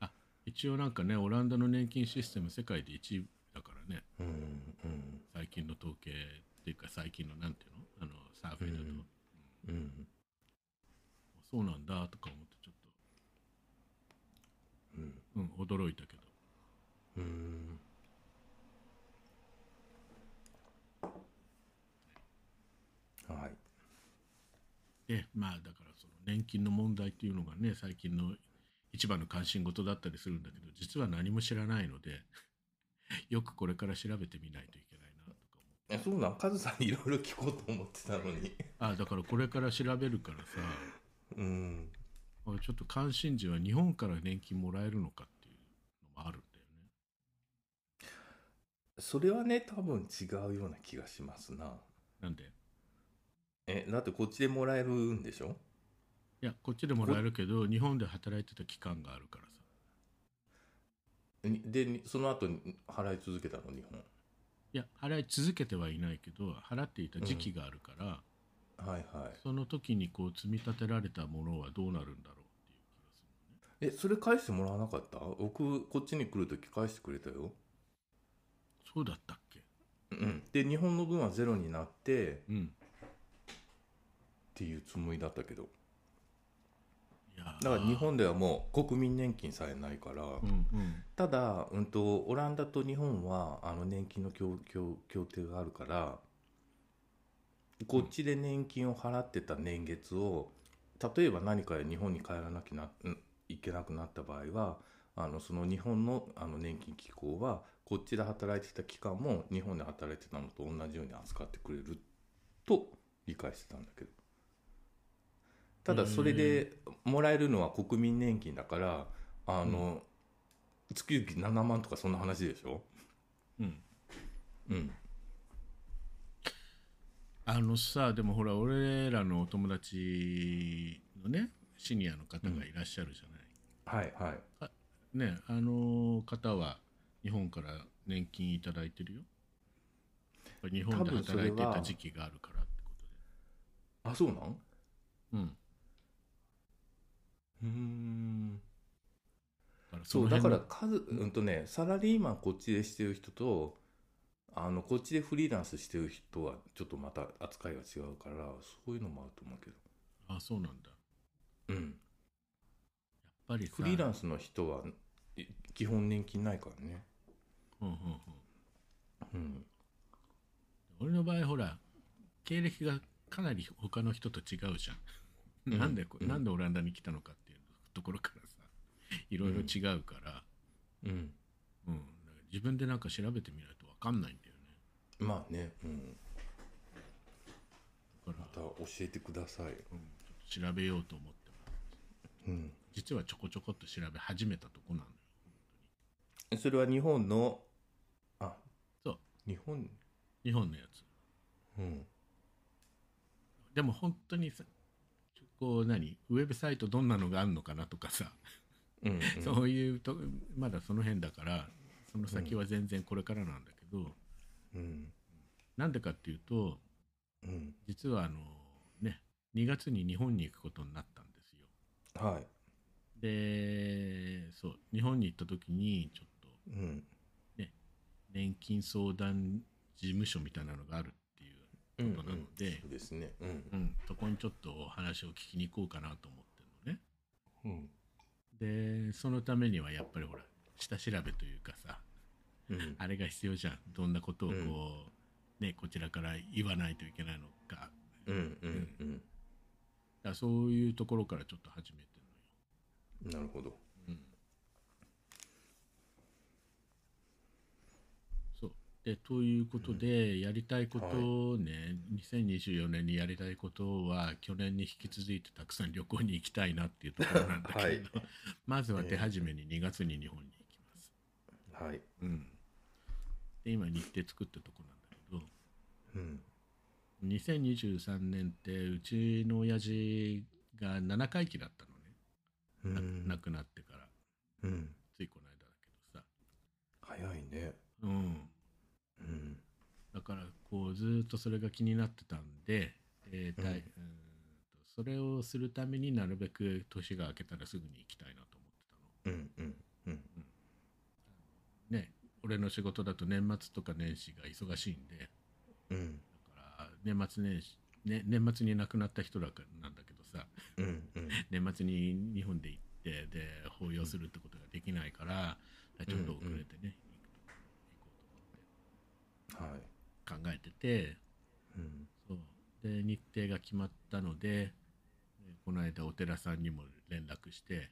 Speaker 1: あ一応なんかねオランダの年金システム世界で1位だからね
Speaker 2: うんうん
Speaker 1: 最近の統計っていうか最近のなんていうのあのサーフェイだと、
Speaker 2: うん
Speaker 1: そうなんだとか思ってちょっとうん、驚いたけど。
Speaker 2: うーんはい
Speaker 1: で、まあだからその年金の問題っていうのがね、最近の一番の関心事だったりするんだけど、実は何も知らないので、 よくこれから調べてみないといけないなとか思
Speaker 2: えそうなのカズさんにいろいろ聞こうと思ってたのに
Speaker 1: う。あだからこれから調べるからさ、
Speaker 2: うん
Speaker 1: あちょっと関心事は日本から年金もらえるのかっていうのもあるんだよね。
Speaker 2: それはね多分違うような気がしますな
Speaker 1: なんで、
Speaker 2: えだってこっちでもらえるんでしょ
Speaker 1: いや、こっちでもらえるけど、日本で働いてた期間があるからさ。
Speaker 2: にでにその後に払い続けたの日
Speaker 1: いや、払い続けてはいないけど、払っていた時期があるから、
Speaker 2: 本はいはい
Speaker 1: その時にこう積み立てられたものはどうなるんだろうっていう気がする。
Speaker 2: えそれ返してもらわなかった僕こっちに来る時返してくれたよ
Speaker 1: そうだったっけ
Speaker 2: うんで日本の分はゼロになってっ
Speaker 1: うん。
Speaker 2: ていうつもりだったけど
Speaker 1: いやー
Speaker 2: だから日本ではもう国民年金されないから、
Speaker 1: うんうん。
Speaker 2: ただ、うん、とオランダと日本はあの年金の協協協定があるからこっちで年金を払ってた年月を例えば何か日本に帰らなきゃないけなくなった場合はあのその日本のあの年金機構はこっちで働いてた期間も日本で働いてたのと同じように扱ってくれると理解してたんだけどただそれでもらえるのは国民年金だからあの、月々7万とかそんな話でしょ
Speaker 1: うん。
Speaker 2: うん
Speaker 1: あのさ、でもほら、俺らのお友達のね、シニアの方がいらっしゃるじゃない。
Speaker 2: はいはい
Speaker 1: ね、あの方は日本から年金いただいてるよ。やっぱ日本で
Speaker 2: 多分それ
Speaker 1: 働い
Speaker 2: は
Speaker 1: てた時期があるからってこと
Speaker 2: あそうなん
Speaker 1: で。うん。
Speaker 2: うん
Speaker 1: だからそ
Speaker 2: そ
Speaker 1: の
Speaker 2: うだか
Speaker 1: 辺
Speaker 2: ら
Speaker 1: の
Speaker 2: 数うんとねサラリーマンこっちでしてる人とあのこっちでフリーランスしてる人はちょっとまた扱いが違うからそういうのもあると思うけど
Speaker 1: あ、そうなんだ。
Speaker 2: うん
Speaker 1: やっぱりさ
Speaker 2: フリーランスの人はい基本年金ないからね
Speaker 1: うんうんうん。
Speaker 2: うん
Speaker 1: 俺の場合、ほら、経歴がかなり他の人と違うじゃん。
Speaker 2: うん
Speaker 1: なんでこ、
Speaker 2: うん
Speaker 1: なんでオランダに来たのかっていうところからさ、いろいろ違うから、
Speaker 2: うん
Speaker 1: うん。だから自分でなんか調べてみないとわかんないんだよね。
Speaker 2: まあね、うん、
Speaker 1: だから、
Speaker 2: また教えてください
Speaker 1: うん、ちょっと調べようと思っても、
Speaker 2: うん
Speaker 1: 実はちょこちょこっと調べ始めたとこなのよ。
Speaker 2: それは日本のあ
Speaker 1: そう
Speaker 2: 日本
Speaker 1: 日本のやつ。
Speaker 2: うん
Speaker 1: でも本当にさ、こう何ウェブサイトどんなのがあるのかなとかさ、
Speaker 2: うんうん
Speaker 1: そういうとまだその辺だからその先は全然これからなんだけど、
Speaker 2: うん
Speaker 1: なんでかっていうと
Speaker 2: うん
Speaker 1: 実はあのね2月に日本に行くことになったんですよ
Speaker 2: は
Speaker 1: でそう日本に行った時にちょっと
Speaker 2: いうん
Speaker 1: 年金相談事務所みたいなのがあるっていう
Speaker 2: うん
Speaker 1: ことなので
Speaker 2: そうですねうん
Speaker 1: うん、そこにちょっとお話を聞きに行こうかなと思ってるのね
Speaker 2: うん
Speaker 1: でそのためにはやっぱりほら下調べというかさ
Speaker 2: うん
Speaker 1: あれが必要じゃん。どんなことをこう、
Speaker 2: う
Speaker 1: ね、こちらから言わないといけないのか。だか
Speaker 2: うんうん
Speaker 1: らそういうところからちょっと始めて
Speaker 2: うんなるほど
Speaker 1: るのよ。そう。で、ということで、やりたいことをね、2024年にやりたいことは、去年に引き続いてたくさん旅行に行きたいなっていうところなんだけど、
Speaker 2: はい
Speaker 1: まずは手始めに2月に日本に行きます。
Speaker 2: はい
Speaker 1: うん。で、今日程作ったところなんだけど、
Speaker 2: うん
Speaker 1: 2023年ってうちの親父が7回忌だったの
Speaker 2: う
Speaker 1: ね、
Speaker 2: ん
Speaker 1: な亡くなってから
Speaker 2: うん
Speaker 1: ついこの間だけどさ
Speaker 2: 早いね
Speaker 1: うん
Speaker 2: うん
Speaker 1: だからこうずっとそれが気になってたんで、えーたい
Speaker 2: うん
Speaker 1: うーんとそれをするためになるべく年が明けたらすぐに行きたいなと思ってた
Speaker 2: うんうんうん
Speaker 1: のね俺の仕事だと年末とか年始が忙しいんで
Speaker 2: うん
Speaker 1: だから年末年始ね、年末に亡くなった人だからなんだけどさ
Speaker 2: うんうん
Speaker 1: 年末に日本で行ってで抱擁するってことがでできないから、ちょっと遅れてね、
Speaker 2: はい
Speaker 1: 考えてて、
Speaker 2: うん
Speaker 1: そうで日程が決まったので、えこの間お寺さんにも連絡して、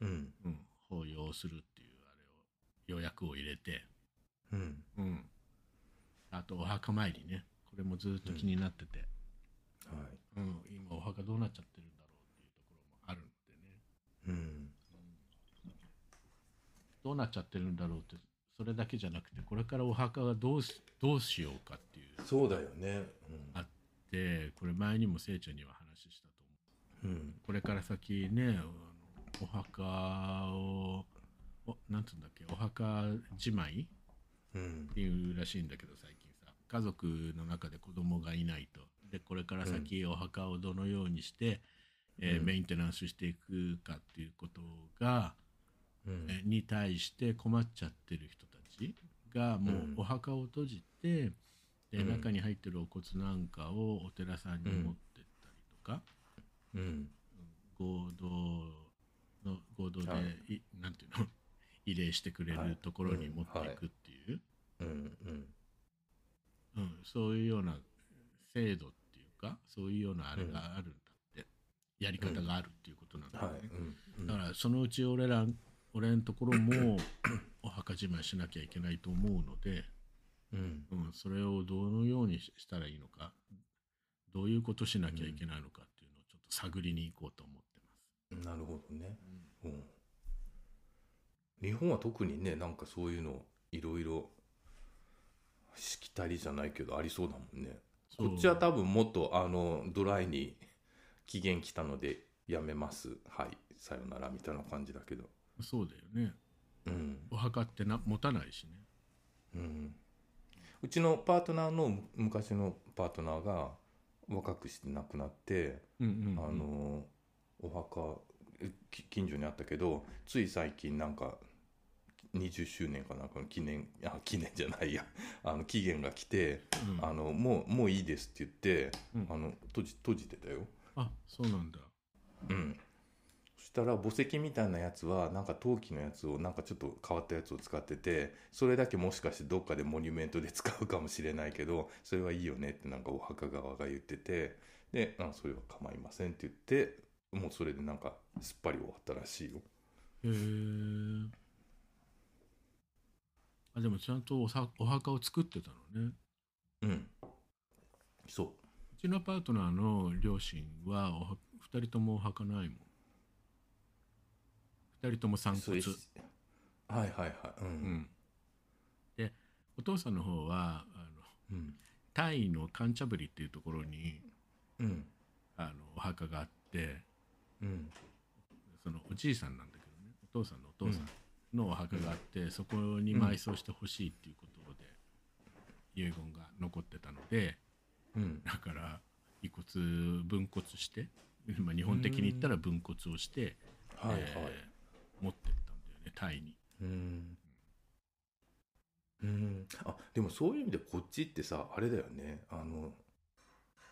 Speaker 2: うん
Speaker 1: うん、法要をするっていうあれを予約を入れて、
Speaker 2: うん
Speaker 1: うん、あとお墓参りねこれもずっと気になってて、
Speaker 2: は
Speaker 1: う
Speaker 2: い
Speaker 1: ん今お墓どうなっちゃってるんだろうっていうところもあるのでね
Speaker 2: うん
Speaker 1: どうなっちゃってるんだろうってそれだけじゃなくてこれからお墓はどうしどうしようかっていう
Speaker 2: そうだよね
Speaker 1: あってこれ前にもせいちゃんには話したと思う
Speaker 2: うんうん
Speaker 1: これから先ねあのお墓をおなんつうんだっけお墓じまい
Speaker 2: うん
Speaker 1: っていうらしいんだけど最近さ家族の中で子供がいないとでこれから先お墓をどのようにして、えー
Speaker 2: うん
Speaker 1: メンテナンスしていくかっていうことが、
Speaker 2: うん
Speaker 1: えーに対して困っちゃってる人たちがもう
Speaker 2: うん
Speaker 1: お墓を閉じて、で
Speaker 2: うん
Speaker 1: 中に入ってるお骨なんかをお寺さんに持ってったりとか、
Speaker 2: うん
Speaker 1: 合同の合同で、、
Speaker 2: はい
Speaker 1: なんていうの 慰霊してくれ
Speaker 2: はい
Speaker 1: るところに
Speaker 2: うん
Speaker 1: 持って
Speaker 2: はい
Speaker 1: いくっていう。
Speaker 2: うんうん
Speaker 1: うん、そういうような制度っていうかそういうようなあれがあるんだって、やり方があるっていうことなんだ
Speaker 2: は
Speaker 1: よね
Speaker 2: い、うんうん
Speaker 1: だからそのうち俺ら俺のところも お墓じまいしなきゃいけないと思うので、
Speaker 2: うん
Speaker 1: うん、それをどのようにしたらいいのかどういうことしなきゃいけないのかっていうのをちょっと探りに行こうと思ってま
Speaker 2: なるほどね
Speaker 1: す、
Speaker 2: うん日本は特にねなんかそういうのいろいろしきたりじゃないけどありそうだもんね
Speaker 1: そう
Speaker 2: こっちは多分もっとあのドライに期限来たのでやめますはいさよならみたいな感じだけど
Speaker 1: そうだよね
Speaker 2: うん
Speaker 1: お墓ってな持たないしね
Speaker 2: うんうちのパートナーの昔のパートナーが若くして亡くなって、
Speaker 1: うんうん
Speaker 2: あのお墓えき近所にあったけどつい最近なんか20周年かなんかの記念あ記念じゃないや あの期限が来て、
Speaker 1: うん
Speaker 2: あのもうもういいですって言って、
Speaker 1: うん
Speaker 2: あの閉じ閉じてたよ、
Speaker 1: あそうなんだ
Speaker 2: うん、そしたら墓石みたいなやつはなんか陶器のやつをなんかちょっと変わったやつを使っててそれだけもしかしてどっかでモニュメントで使うかもしれないけどそれはいいよねってなんかお墓側が言っててであそれは構いませんって言ってもうそれでなんかすっぱり終わったらしいよ
Speaker 1: へえ。あ、でもちゃんとおさお墓を作ってたのね。
Speaker 2: うんそう
Speaker 1: うちのパートナーの両親はおは、二人ともお墓ないもん。二人とも散
Speaker 2: そ
Speaker 1: 骨。
Speaker 2: ういうはいはいはいうん
Speaker 1: うん。で、お父さんの方は、あの、
Speaker 2: うん
Speaker 1: タイのカンチャブリっていうところに、
Speaker 2: うん
Speaker 1: あの、お墓があって、
Speaker 2: うん
Speaker 1: そのおじいさんなんだけどね、お父さんのお父さんのお墓があって、そこに埋葬してほしいっていうことで、遺言が残ってたので、
Speaker 2: うん
Speaker 1: だから遺骨分骨して、まあ、日本的に言ったら分骨をして、
Speaker 2: はいはい、
Speaker 1: えー持ってったんだよねタイに。
Speaker 2: うん。うん。あ、でもそういう意味でこっちってさ、あれだよね。あの、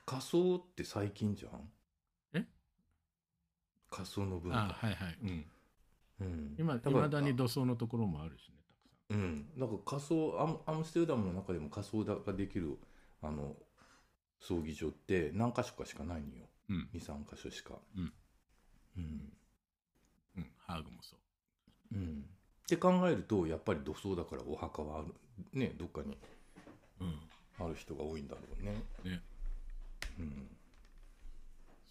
Speaker 2: 仮想って最近じゃん
Speaker 1: え
Speaker 2: 仮想の文
Speaker 1: あ
Speaker 2: 化。
Speaker 1: はいはい、うん、
Speaker 2: うん。
Speaker 1: 今い
Speaker 2: から
Speaker 1: まだに土葬のところもあるしねたくさん。
Speaker 2: うん。なんか仮想、アムアムステルダムの中でも仮想ができる、あの、葬儀場って何箇所かしかないのよ。
Speaker 1: うん
Speaker 2: 2、3箇所しか。
Speaker 1: うん。
Speaker 2: うん。
Speaker 1: うん、ハーグもそう。
Speaker 2: うん。って考えると、やっぱり土葬だからお墓はある、ね、どっかに
Speaker 1: うん、
Speaker 2: ある人が多いんだろうね。
Speaker 1: ね
Speaker 2: うん。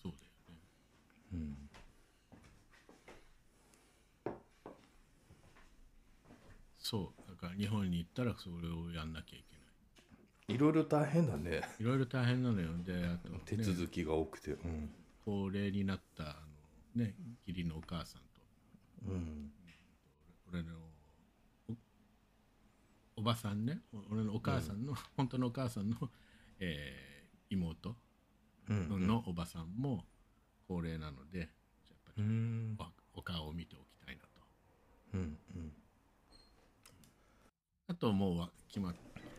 Speaker 1: そうだよね。
Speaker 2: うん
Speaker 1: そうだから日本に行ったらそれをやんなきゃいけない。
Speaker 2: いろいろ大変だね。
Speaker 1: いろいろ大変なのよであと、ね、
Speaker 2: 手続きが多くて。うん。
Speaker 1: 高齢になったあの、ね、義理のお母さんと
Speaker 2: うん。
Speaker 1: 俺のおおばさんねお俺のお母さんの、本当のお母さんの、えー妹
Speaker 2: うん。
Speaker 1: のおばさんも高齢なので、やっぱ
Speaker 2: う
Speaker 1: り
Speaker 2: ん。
Speaker 1: おお顔を見ておきたいなと
Speaker 2: うん。
Speaker 1: あともうわ決ま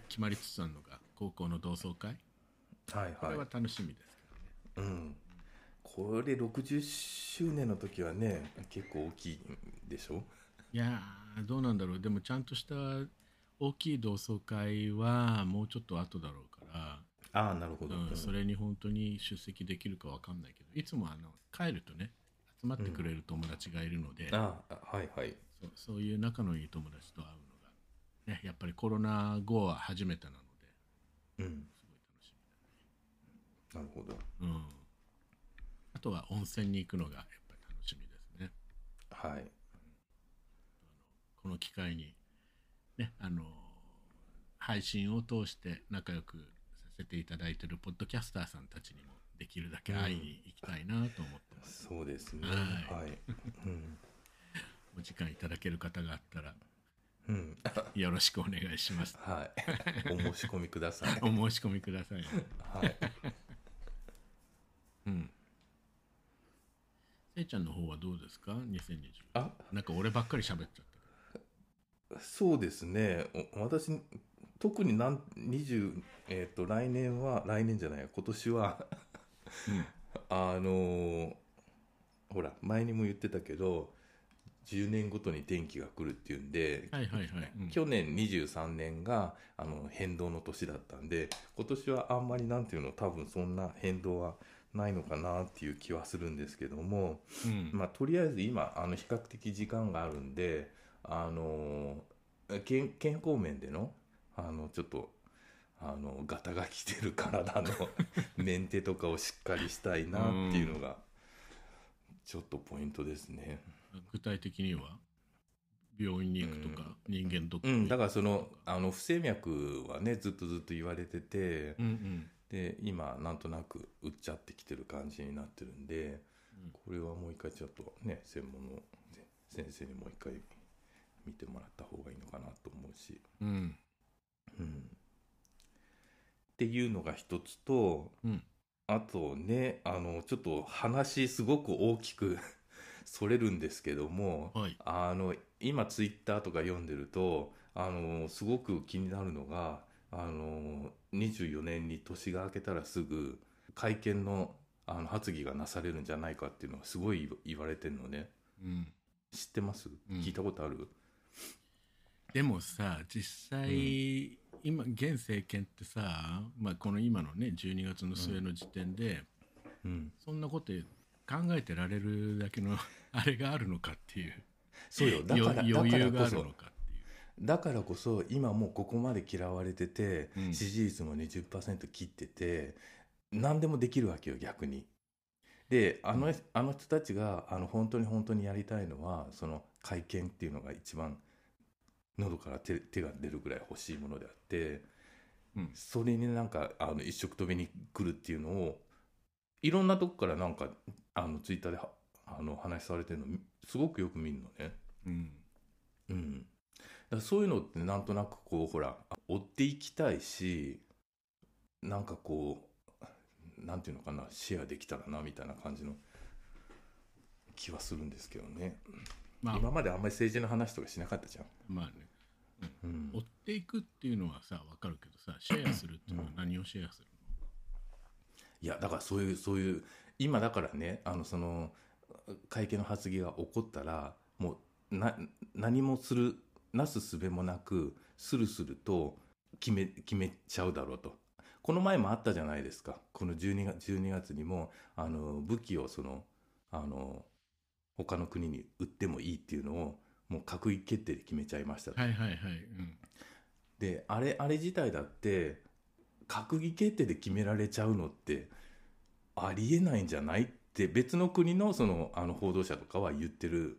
Speaker 1: 決まりつつあるのが高校の同窓会
Speaker 2: はい
Speaker 1: これ
Speaker 2: は
Speaker 1: は楽しみですけどね、
Speaker 2: い。うん。これ60周年の時はね、結構大きいでしょ
Speaker 1: いやーどうなんだろうでもちゃんとした大きい同窓会はもうちょっと後だろうから、
Speaker 2: ああ、なるほど。
Speaker 1: うん、それに本当に出席できるかわかんないけどいつもあの帰るとね集まってくれる友達がいるので、
Speaker 2: ああ、はいはい。
Speaker 1: そうそういう仲のいい友達と会うのが、ね、やっぱりコロナ後は初めてなので
Speaker 2: うん、
Speaker 1: すごい楽し
Speaker 2: なるほど。
Speaker 1: み、うん、あとは温泉に行くのがやっぱり楽しみですね
Speaker 2: はい。
Speaker 1: この機会に、ね、あの配信を通して仲良くさせていただいてるポッドキャスターさんたちにもできるだけ会いに行きたいなと思ってます、
Speaker 2: そうですね。
Speaker 1: は
Speaker 2: はい。うん。
Speaker 1: お時間いただける方があったら
Speaker 2: うん。
Speaker 1: よろしくお願いします。
Speaker 2: はい。お申し込みください。
Speaker 1: お申し込みくださいね。
Speaker 2: はい。
Speaker 1: うん。せいちゃんの方はどうですか ?2020。
Speaker 2: あ、
Speaker 1: なんか俺ばっかり喋っちゃったけ
Speaker 2: そうですね。お私、特になん、20、えっ、と、来年は、来年じゃないや、今年は、
Speaker 1: ど。うん。
Speaker 2: あのーほら、前にも言ってたけど、10年ごとに天気が来るっていうんで、
Speaker 1: はいはいはい。うん
Speaker 2: 去年23年があの変動の年だったんで今年はあんまりなんていうの多分そんな変動はないのかなっていう気はするんですけども、
Speaker 1: うん
Speaker 2: まあ、とりあえず今あの比較的時間があるんで、あの健健康面でのあのちょっとあのガタが来てる体のメンテとかをしっかりしたいなっていうのがちょっとポイントですね。
Speaker 1: 具体的には病院に行くとか、人間ドック
Speaker 2: う
Speaker 1: に行
Speaker 2: ん、
Speaker 1: く
Speaker 2: だからそのあの不整脈はねずっとずっと言われてて、
Speaker 1: うんうん。
Speaker 2: で今なんとなく打っちゃってきてる感じになってるんで、これはもう一回ちょっとね専門のね先生にもう一回見てもらった方がいいのかなと思うし、
Speaker 1: うん。
Speaker 2: うん、っていうのが一つと
Speaker 1: うん。
Speaker 2: あとねあのちょっと話すごく大きく それるんですけども、
Speaker 1: はい。
Speaker 2: あの今ツイッターとか読んでるとあのすごく気になるのがあの24年に年が明けたらすぐ会見のあの発議がなされるんじゃないかっていうのがすごい言われてるのね
Speaker 1: うん。
Speaker 2: 知ってます、
Speaker 1: うん
Speaker 2: 聞いたことある
Speaker 1: でもさ実際、今現政権ってさ、まあ、この今のね12月の末の時点で、
Speaker 2: うん
Speaker 1: そんなこと考えてられるだけ のあれがあるのかっていう
Speaker 2: そうよだから
Speaker 1: よ余
Speaker 2: だ
Speaker 1: 裕
Speaker 2: から
Speaker 1: が
Speaker 2: こ
Speaker 1: ある
Speaker 2: そ
Speaker 1: のかっていう
Speaker 2: だからこそ今もうここまで嫌われてて、
Speaker 1: うん
Speaker 2: 支持率も20%切ってて何でもできるわけよ逆に。であの,、あの人たちがあの本当に本当にやりたいのはその会見っていうのが一番喉から手手が出るぐらい欲しいものであって、
Speaker 1: うん
Speaker 2: それになんかあの一色飛びに来るっていうのをいろんなとこからなんかあのツイッターではあの話されてるのすごくよく見るのね。
Speaker 1: うん
Speaker 2: うん、だからそういうのってなんとなくこうほら追っていきたいしなんかこうなんていうのかなシェアできたらなみたいな感じの気はするんですけどね、
Speaker 1: まあ
Speaker 2: 今まであんまり政治の話とかしなかったじゃん、
Speaker 1: まあね
Speaker 2: うん
Speaker 1: 追っていくっていうのはさ分かるけどさシェアするっていうのは何をシェアする
Speaker 2: いやだからそういうそういう今だからねあのその会見の発議が起こったらもうな何もするなすすべもなくスルスルと決め決めちゃうだろうとこの前もあったじゃないですかこの12月 ,12 月にもあの武器をそのあの他の国に売ってもいいっていうのをもう閣議決定で決めちゃいましたと
Speaker 1: のはいはいはいうん
Speaker 2: であれあれ自体だって閣議決定で決められちゃうのってありえないんじゃないって別の国のそのあの報道者とかは言ってる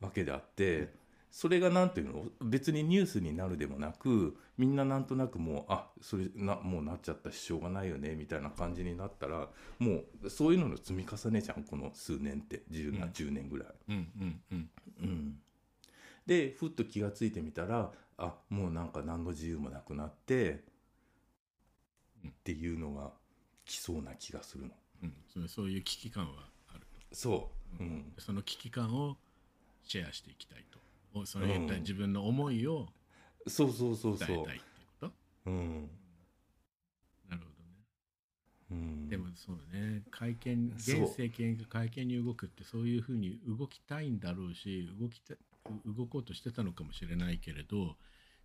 Speaker 2: わけであってそれがなんていうの別にニュースになるでもなくみんななんとなくもうあそれなもうなっちゃったししょうがないよねみたいな感じになったらもうそういうのの積み重ねじゃんこの数年って10な
Speaker 1: うん
Speaker 2: 10年ぐらい。
Speaker 1: うんうんうん
Speaker 2: うん、でふっと気がついてみたらあもうなんか何の自由もなくなって
Speaker 1: うん
Speaker 2: っていうのが来そうな気がするの
Speaker 1: うんそうそういう危機感はある
Speaker 2: そう、うん、
Speaker 1: その危機感をシェアしていきたいとおそれに
Speaker 2: うん
Speaker 1: 自分の思いを
Speaker 2: そうそうそう
Speaker 1: 伝
Speaker 2: そ
Speaker 1: え
Speaker 2: う
Speaker 1: たいっていうこと
Speaker 2: うん
Speaker 1: なるほどね
Speaker 2: うん、
Speaker 1: でもそうだね会見
Speaker 2: そう
Speaker 1: 現政権が会見に動くってそういうふうに動きたいんだろうし動きた動こうとしてたのかもしれないけれど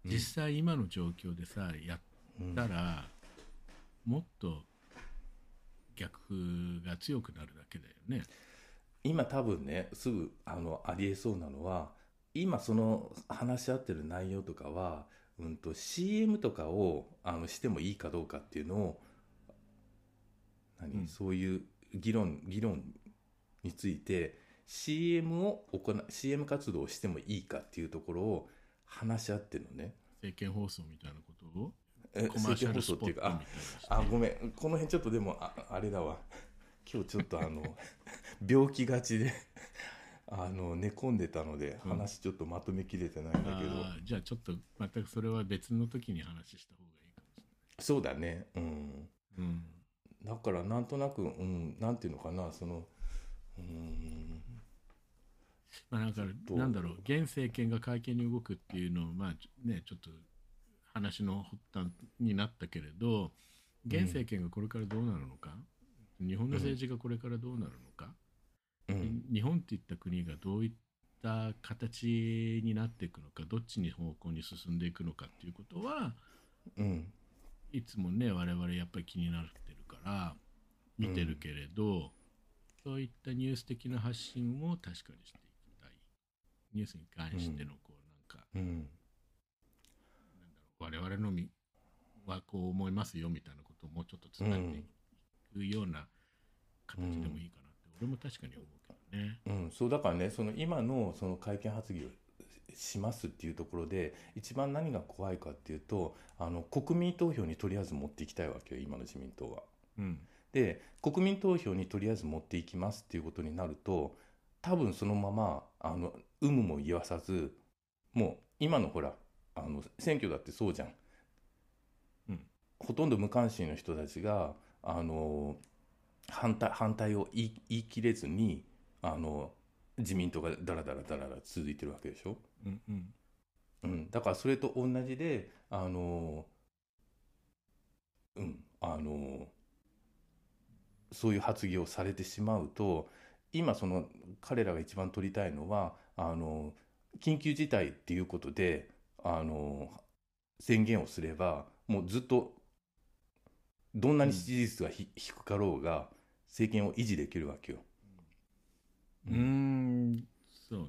Speaker 2: うん
Speaker 1: 実際今の状況でさやっ
Speaker 2: うん
Speaker 1: たら、もっと逆風が強くなるだけだよね。
Speaker 2: 今多分ねすぐあのありえそうなのは今その話し合ってる内容とかは、うん、と CM とかをあのしてもいいかどうかっていうのを何、
Speaker 1: うん
Speaker 2: そういう議論議論について CM を行う CM 活動をしてもいいかっていうところを話し合ってるのね。
Speaker 1: 政見放送みたいなことを
Speaker 2: え
Speaker 1: コマーシャルス
Speaker 2: 政
Speaker 1: ポ
Speaker 2: 権
Speaker 1: ットみたいな
Speaker 2: 放送っていうかああごめんこの辺ちょっとでもああれだわ 今日ちょっとあの 病気がちで あの寝込んでたので
Speaker 1: うん
Speaker 2: 話ちょっとまとめきれてないんだけど、
Speaker 1: あーじゃあちょっと全くそれは別の時に話した方がいいかもし
Speaker 2: そうだねうん
Speaker 1: れない。うん
Speaker 2: だからなんとなくうんなんていうのかなそのうん
Speaker 1: まあ、だか
Speaker 2: と
Speaker 1: らなんだろう現政権が会見に動くっていうのをまあちょねちょっと話の発端になったけれど現政権がこれからどうなるのか、日本の政治がこれからどうなるのか、
Speaker 2: うん
Speaker 1: 日本っていった国がどういった形になっていくのかどっちに方向に進んでいくのかっていうことは
Speaker 2: うん
Speaker 1: いつもね我々やっぱり気になってるから見てるけれど、そういったニュース的な発信を確かにしていきたいニュースに関してのこう、なんか
Speaker 2: うん
Speaker 1: 我々のみはこう思いますよみたいなことをもうちょっと伝えていくような形でもいいかなって、俺も確かに思うけどね。
Speaker 2: うん、そうだからねその今のその会見発議をしますっていうところで一番何が怖いかっていうとあの国民投票にとりあえず持っていきたいわけよ今の自民党は。
Speaker 1: うん
Speaker 2: で国民投票にとりあえず持っていきますっていうことになると多分そのままあの有無も言わさずもう今のほらあの選挙だってそうじゃん、
Speaker 1: うん
Speaker 2: ほとんど無関心の人たちがあの反対反対を言い言い切れずにあの自民党がだらだらだらだら続いてるわけでしょ。
Speaker 1: うんうん
Speaker 2: うん、だからそれと同じで、あのうん、あのそういう発言をされてしまうと、今その彼らが一番取りたいのは、あの緊急事態っていうことで、あの宣言をすれば、もうずっとどんなに支持率がひ、低かろうが、政権を維持できるわけよ。
Speaker 1: うーんそうね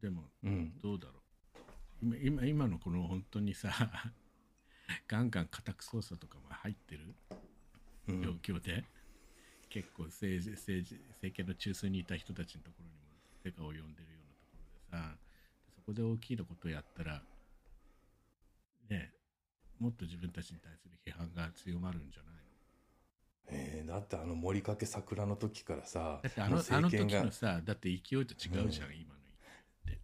Speaker 1: でも
Speaker 2: うん、
Speaker 1: どうだろう今今今のこの本当にさ ガンガン家宅捜査とかも入ってる
Speaker 2: う
Speaker 1: 状
Speaker 2: ん、
Speaker 1: 況で、結構政治政治政権の中枢にいた人たちのところにも世界を呼んでるようなところでさそこで大きいことをやったらねもっと自分たちに対する批判が強まるんじゃないの
Speaker 2: えーだってあの森かけ桜の時からさ、
Speaker 1: だってあ
Speaker 2: もう
Speaker 1: のあの
Speaker 2: 政権
Speaker 1: 時
Speaker 2: が
Speaker 1: のさだって勢いと違うじゃん、今の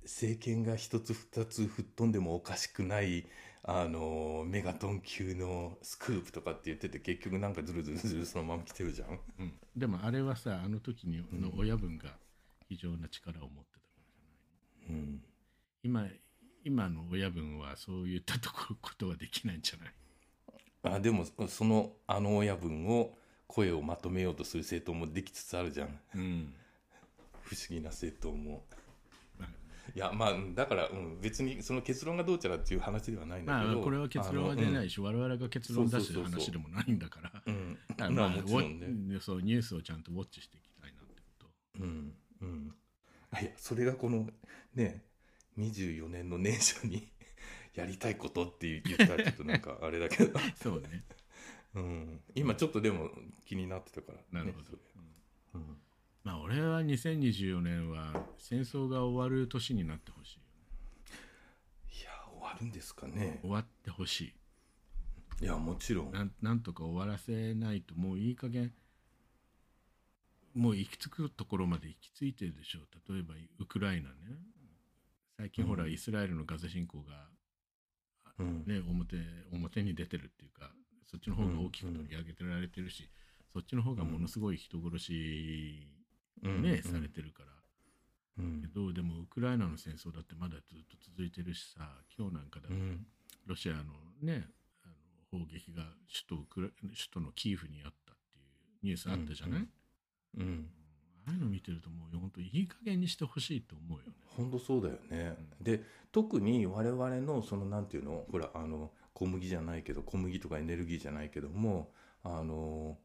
Speaker 2: 政権が一つ二つ吹っ飛んでもおかしくないあのメガトン級のスクープとかって言ってて結局なんかズルズルズルそのまま来てるじゃん。
Speaker 1: うん、でもあれはさあの時にの親分が非常な力を持ってたからじゃない
Speaker 2: うん、
Speaker 1: 今今の親分はそういったとこことはできないんじゃない
Speaker 2: あでもそのあの親分を声をまとめようとする政党もできつつあるじゃん
Speaker 1: うん、
Speaker 2: 不思議な政党も。
Speaker 1: まあ
Speaker 2: いやまあだから、うん、別にその結論がどうちゃらっていう話ではないんだけ
Speaker 1: まあ
Speaker 2: ど、
Speaker 1: これは結論は出ないいし、我々が結論出す
Speaker 2: そうそうそうそう
Speaker 1: 話でもないんだから
Speaker 2: うん
Speaker 1: だからま
Speaker 2: まあ
Speaker 1: あ
Speaker 2: もちろんね。
Speaker 1: ウォッそうニュースをちゃんとウォッチしていきたいなってこ
Speaker 2: うんうん、あいやそれがこのね24年の年初に やりたいことって言ったらちょっとなんかあれ だけど、
Speaker 1: とそうね
Speaker 2: うん、今ちょっとでも気になってたから、
Speaker 1: なるほど、
Speaker 2: ね
Speaker 1: うん
Speaker 2: それうん
Speaker 1: まあ俺は2024年は戦争が終わる年になってほしいよね
Speaker 2: いや終わるんですかね
Speaker 1: 終わってほしい
Speaker 2: いやもちろん
Speaker 1: なんなんとか終わらせないともういい加減もう行き着くところまで行き着いてるでしょう例えばウクライナね最近ほら、
Speaker 2: うん
Speaker 1: イスラエルのガザ侵攻が、
Speaker 2: うん
Speaker 1: ね、表表に出てるっていうかそっちの方が大きく取り上げてられてるし、そっちの方がものすごい人殺し、
Speaker 2: うん
Speaker 1: ね
Speaker 2: うん
Speaker 1: されてるから、
Speaker 2: うん
Speaker 1: けどでもウクライナの戦争だってまだずっと続いてるしさ今日なんかだ
Speaker 2: う
Speaker 1: と
Speaker 2: ん
Speaker 1: ロシアのね、あの砲撃が首都ウクラ首都のキーフにあったっていうニュースあったじゃない、
Speaker 2: うんうん
Speaker 1: ああいうの見てるともう本当いい加減にしてほしいと思うよね。
Speaker 2: 本当そうだよね、で特に我々のそのなんていうのほらあの小麦じゃないけど小麦とかエネルギーじゃないけどもあの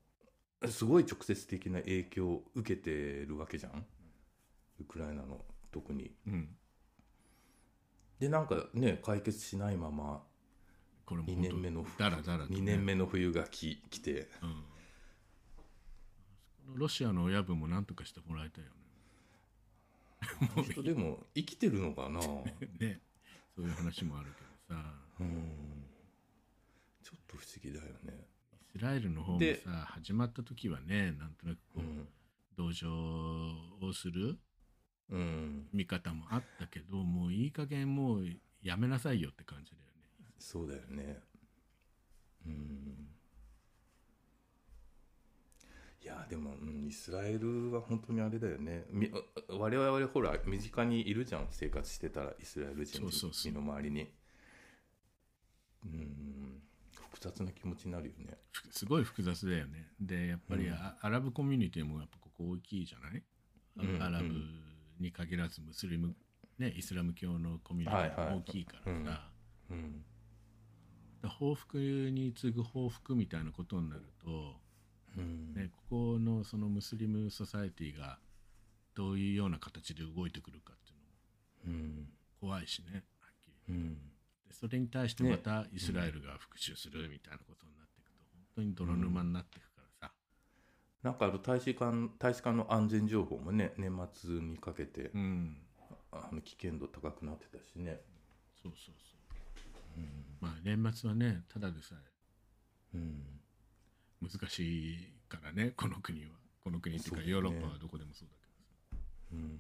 Speaker 2: すごい直接的な影響を受けてるわけじゃんウクライナの特に
Speaker 1: うん、
Speaker 2: でなんかね解決しないまま
Speaker 1: これも
Speaker 2: 2年目の
Speaker 1: だらだらとね
Speaker 2: 2年目の冬がき来て
Speaker 1: うん、ロシアの親分も何とかしてもらいたいよ
Speaker 2: あの人でも生きてるのかな
Speaker 1: ね。ねそういう話もあるけどさ
Speaker 2: うんちょっと不思議だよね
Speaker 1: イスラエルの方も
Speaker 2: で
Speaker 1: さ始まった時はねなんとなくこう、
Speaker 2: うん
Speaker 1: 同情をする
Speaker 2: うん
Speaker 1: 見方もあったけどもういい加減もうやめなさいよって感じだよね。
Speaker 2: そうだよね。うん。いや、でも、うん、イスラエルは本当にあれだよね。み我々、ほら、身近にいるじゃん、生活してたら、イスラエル人
Speaker 1: そうそうそう
Speaker 2: 身の回りに。うん、複雑な気持ちになるよね。
Speaker 1: ふすごい複雑だよね。でやっぱりあアラブコミュニティもやっぱここ大きいじゃない、
Speaker 2: うん
Speaker 1: アラブ
Speaker 2: う
Speaker 1: に限らずムスリム、ね、イスラム教のコミュニティも大きいからさ、
Speaker 2: はいはいうん。
Speaker 1: だ報復に次ぐ報復みたいなことになると、
Speaker 2: うん。
Speaker 1: ね、ここのそのムスリムソサエティがどういうような形で動いてくるかっていうのも
Speaker 2: うん。
Speaker 1: 怖いしねはっきり
Speaker 2: うん。
Speaker 1: でそれに対して
Speaker 2: ね
Speaker 1: またイスラエルが復讐するみたいなことになっていくと本当に泥沼になっていくからさ、
Speaker 2: なんかあの大使館、大使館の安全情報もね、年末にかけて、
Speaker 1: うん、
Speaker 2: あの危険度高くなってたしね。
Speaker 1: そうそうそう、まあ年末はねただでさえ
Speaker 2: うん。
Speaker 1: 難しいからね この国はこの国っていう
Speaker 2: そ
Speaker 1: か
Speaker 2: うですね
Speaker 1: ヨーロッパはどこでもそうだけどさ
Speaker 2: うん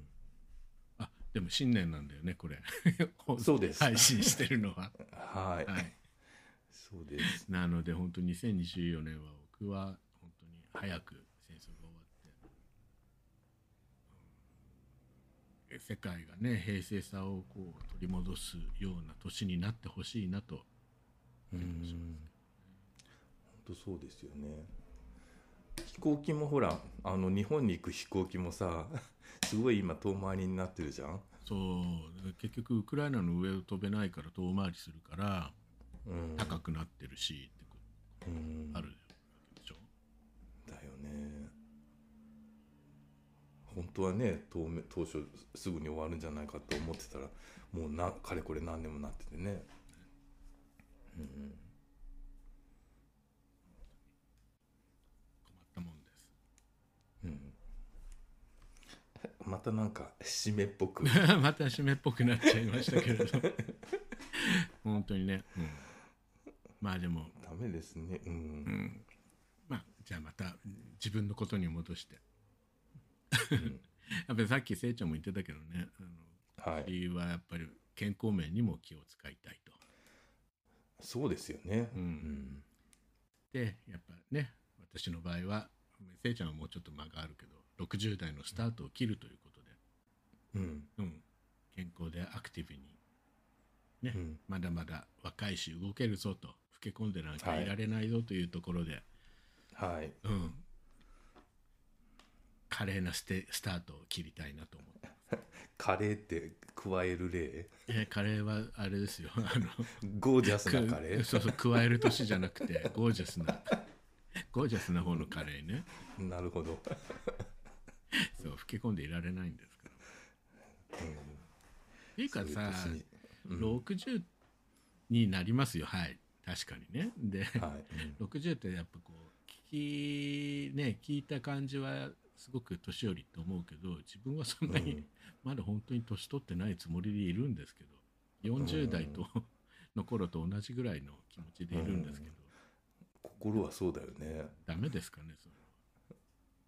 Speaker 1: あでも新年なんだよねこれ
Speaker 2: そうです
Speaker 1: 配信してるのは
Speaker 2: はい、
Speaker 1: はい
Speaker 2: そうです。
Speaker 1: なので本当に2024年は僕は本当に早く戦争が終わってうん世界がね平静さをこう取り戻すような年になってほしいなと
Speaker 2: うん。本当そうですよね。飛行機もほら、あの日本に行く飛行機もさ、 すごい今遠回りになってるじゃん。
Speaker 1: そう結局ウクライナの上を飛べないから遠回りするから
Speaker 2: うん。
Speaker 1: 高くなってるしってこ
Speaker 2: うん
Speaker 1: とあるでしょ、
Speaker 2: だよね。本当はね当面当初すぐに終わるんじゃないかと思ってたらもうなかれこれ何年もなっててね、うん、
Speaker 1: 困ったもんです
Speaker 2: うん、またなんか締めっぽく
Speaker 1: また締めっぽくなっちゃいましたけれど 本当にね、うんまあでも、
Speaker 2: ダメですねうん
Speaker 1: うんまあじゃあまた自分のことに戻して やっぱりさっきせいちゃんも言ってたけどねあの
Speaker 2: はい、
Speaker 1: 理由はやっぱり健康面にも気を使いたいと
Speaker 2: そうですよね。
Speaker 1: うんでやっぱね私の場合はせいちゃんはもうちょっと間があるけど60代のスタートを切るということで、
Speaker 2: うん、
Speaker 1: う
Speaker 2: うん、
Speaker 1: ん、健康でアクティブにね、
Speaker 2: うん
Speaker 1: まだまだ若いし動けるぞと老け込んでなんか
Speaker 2: はい
Speaker 1: いられないぞというところで、
Speaker 2: はい、
Speaker 1: うん、華麗なステスタートを切りたいなと思って、
Speaker 2: カレーって加える例。
Speaker 1: えーカレーはあれですよ あの
Speaker 2: ゴージャスなカレ
Speaker 1: く
Speaker 2: ー。
Speaker 1: そうそう加える年じゃなくてゴージャスなゴージャスな方のカレーね
Speaker 2: なるほど。
Speaker 1: そう老け込んでいられないんですから。っていうか
Speaker 2: そういう
Speaker 1: さ
Speaker 2: 年に
Speaker 1: 60になりますよはい確かにねで、
Speaker 2: はい、うん
Speaker 1: 60ってやっぱこう聞きね聞いた感じはすごく年寄りと思うけど自分はそんなに、
Speaker 2: うん
Speaker 1: まだ本当に年取ってないつもりでいるんですけど40代と、 の頃と同じぐらいの気持ちでいるんですけど、
Speaker 2: 心はそうだよね。
Speaker 1: ダメですかねそ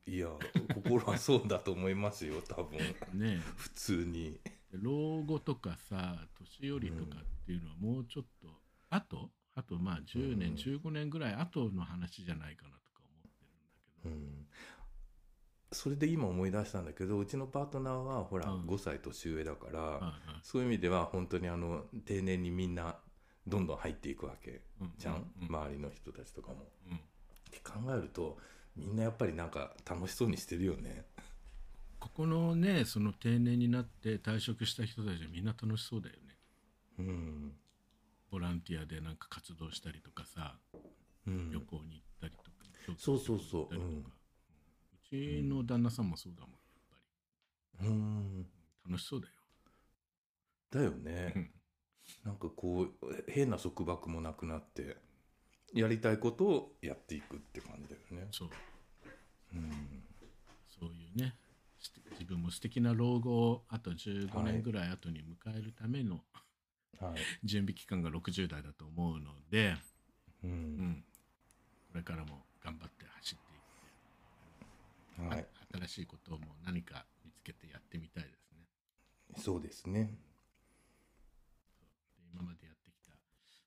Speaker 2: いや、心はそうだと思いますよ。多分
Speaker 1: れね
Speaker 2: 普通に。
Speaker 1: で老後とかさ年寄りとかっていうのはもうちょっと、あとあとまあ10年、
Speaker 2: うん
Speaker 1: 15年ぐらい後の話じゃないかなとか思ってるんだけど、
Speaker 2: うんそれで今思い出したんだけど、うちのパートナーはほら、
Speaker 1: うん
Speaker 2: 5歳年上だから、
Speaker 1: はいはい
Speaker 2: そういう意味では本当にあの定年にみんなどんどん入っていくわけ
Speaker 1: うん
Speaker 2: じゃん、
Speaker 1: うん
Speaker 2: 周りの人たちとかも。
Speaker 1: うん
Speaker 2: って考えるとみんなやっぱりなんか楽しそうにしてるよね。
Speaker 1: ここのねその定年になって退職した人たちはみんな楽しそうだよね
Speaker 2: うん。
Speaker 1: ボランティアでなんか活動したりとかさ
Speaker 2: うん
Speaker 1: 旅行に行ったりとか、
Speaker 2: そうそうそう
Speaker 1: ううちの旦那さんもそうだもんやっぱ
Speaker 2: うん。
Speaker 1: り楽しそうだよ
Speaker 2: だよね
Speaker 1: うん。
Speaker 2: なんかこう、変な束縛もなくなって、やりたいことをやっていくって感じだよね。
Speaker 1: そう
Speaker 2: うん。
Speaker 1: そういうねして自分も素敵な老後をあと15
Speaker 2: はい
Speaker 1: 年ぐらい後に迎えるための
Speaker 2: はい。
Speaker 1: 準備期間が60代だと思うので、
Speaker 2: う。
Speaker 1: うんん、これからも頑張って走っていく
Speaker 2: はい。
Speaker 1: 新しいことをもう何か見つけてやってみたいですね。
Speaker 2: そうですね。
Speaker 1: で今までやってきた。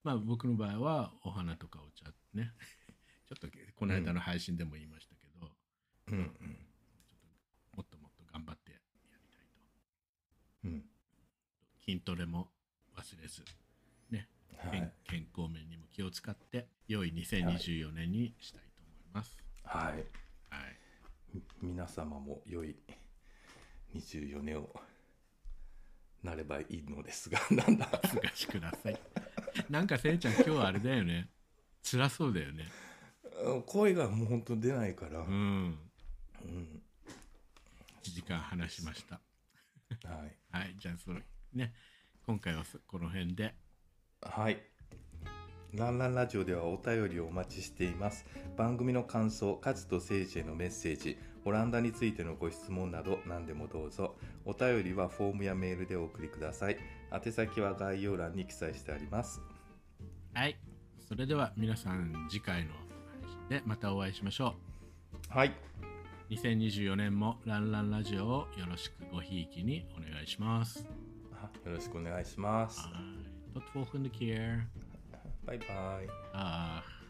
Speaker 1: まあ僕の場合はお花とかお茶ね。 ちょっとこの間の配信でも言いましたけど、
Speaker 2: うん
Speaker 1: もっともっと頑張ってやりたい
Speaker 2: うん。うん。
Speaker 1: と。筋トレも忘れず、
Speaker 2: は
Speaker 1: 健
Speaker 2: い。
Speaker 1: 健康面にも気を使って、良い2024年にしたいと思います。
Speaker 2: はい。
Speaker 1: はい。
Speaker 2: み皆様も良い24年をなればいいのですが、なんだ。
Speaker 1: お過ごしください。 なんかせいちゃん今日はあれだよね。辛そうだよね。
Speaker 2: うん声がもう本当出ないから。
Speaker 1: うん。
Speaker 2: うん。
Speaker 1: 1時間話しました。
Speaker 2: はい。
Speaker 1: はい、じゃあそのね、今回はそこの辺で。
Speaker 2: はい。ランランラジオではお便りをお待ちしています。番組の感想、カズと政治へのメッセージ、オランダについてのご質問など何でもどうぞ。お便りはフォームやメールでお送りください。宛先は概要欄に記載してあります。
Speaker 1: はい、それでは皆さん次回の配信でまたお会いしましょ
Speaker 2: はい。
Speaker 1: う。2024年もランランラジオをよろしくごひいきにお願いします。
Speaker 2: あよろしくお願いします。
Speaker 1: はい、tot volgende keer.
Speaker 2: バイバイ。
Speaker 1: Dag.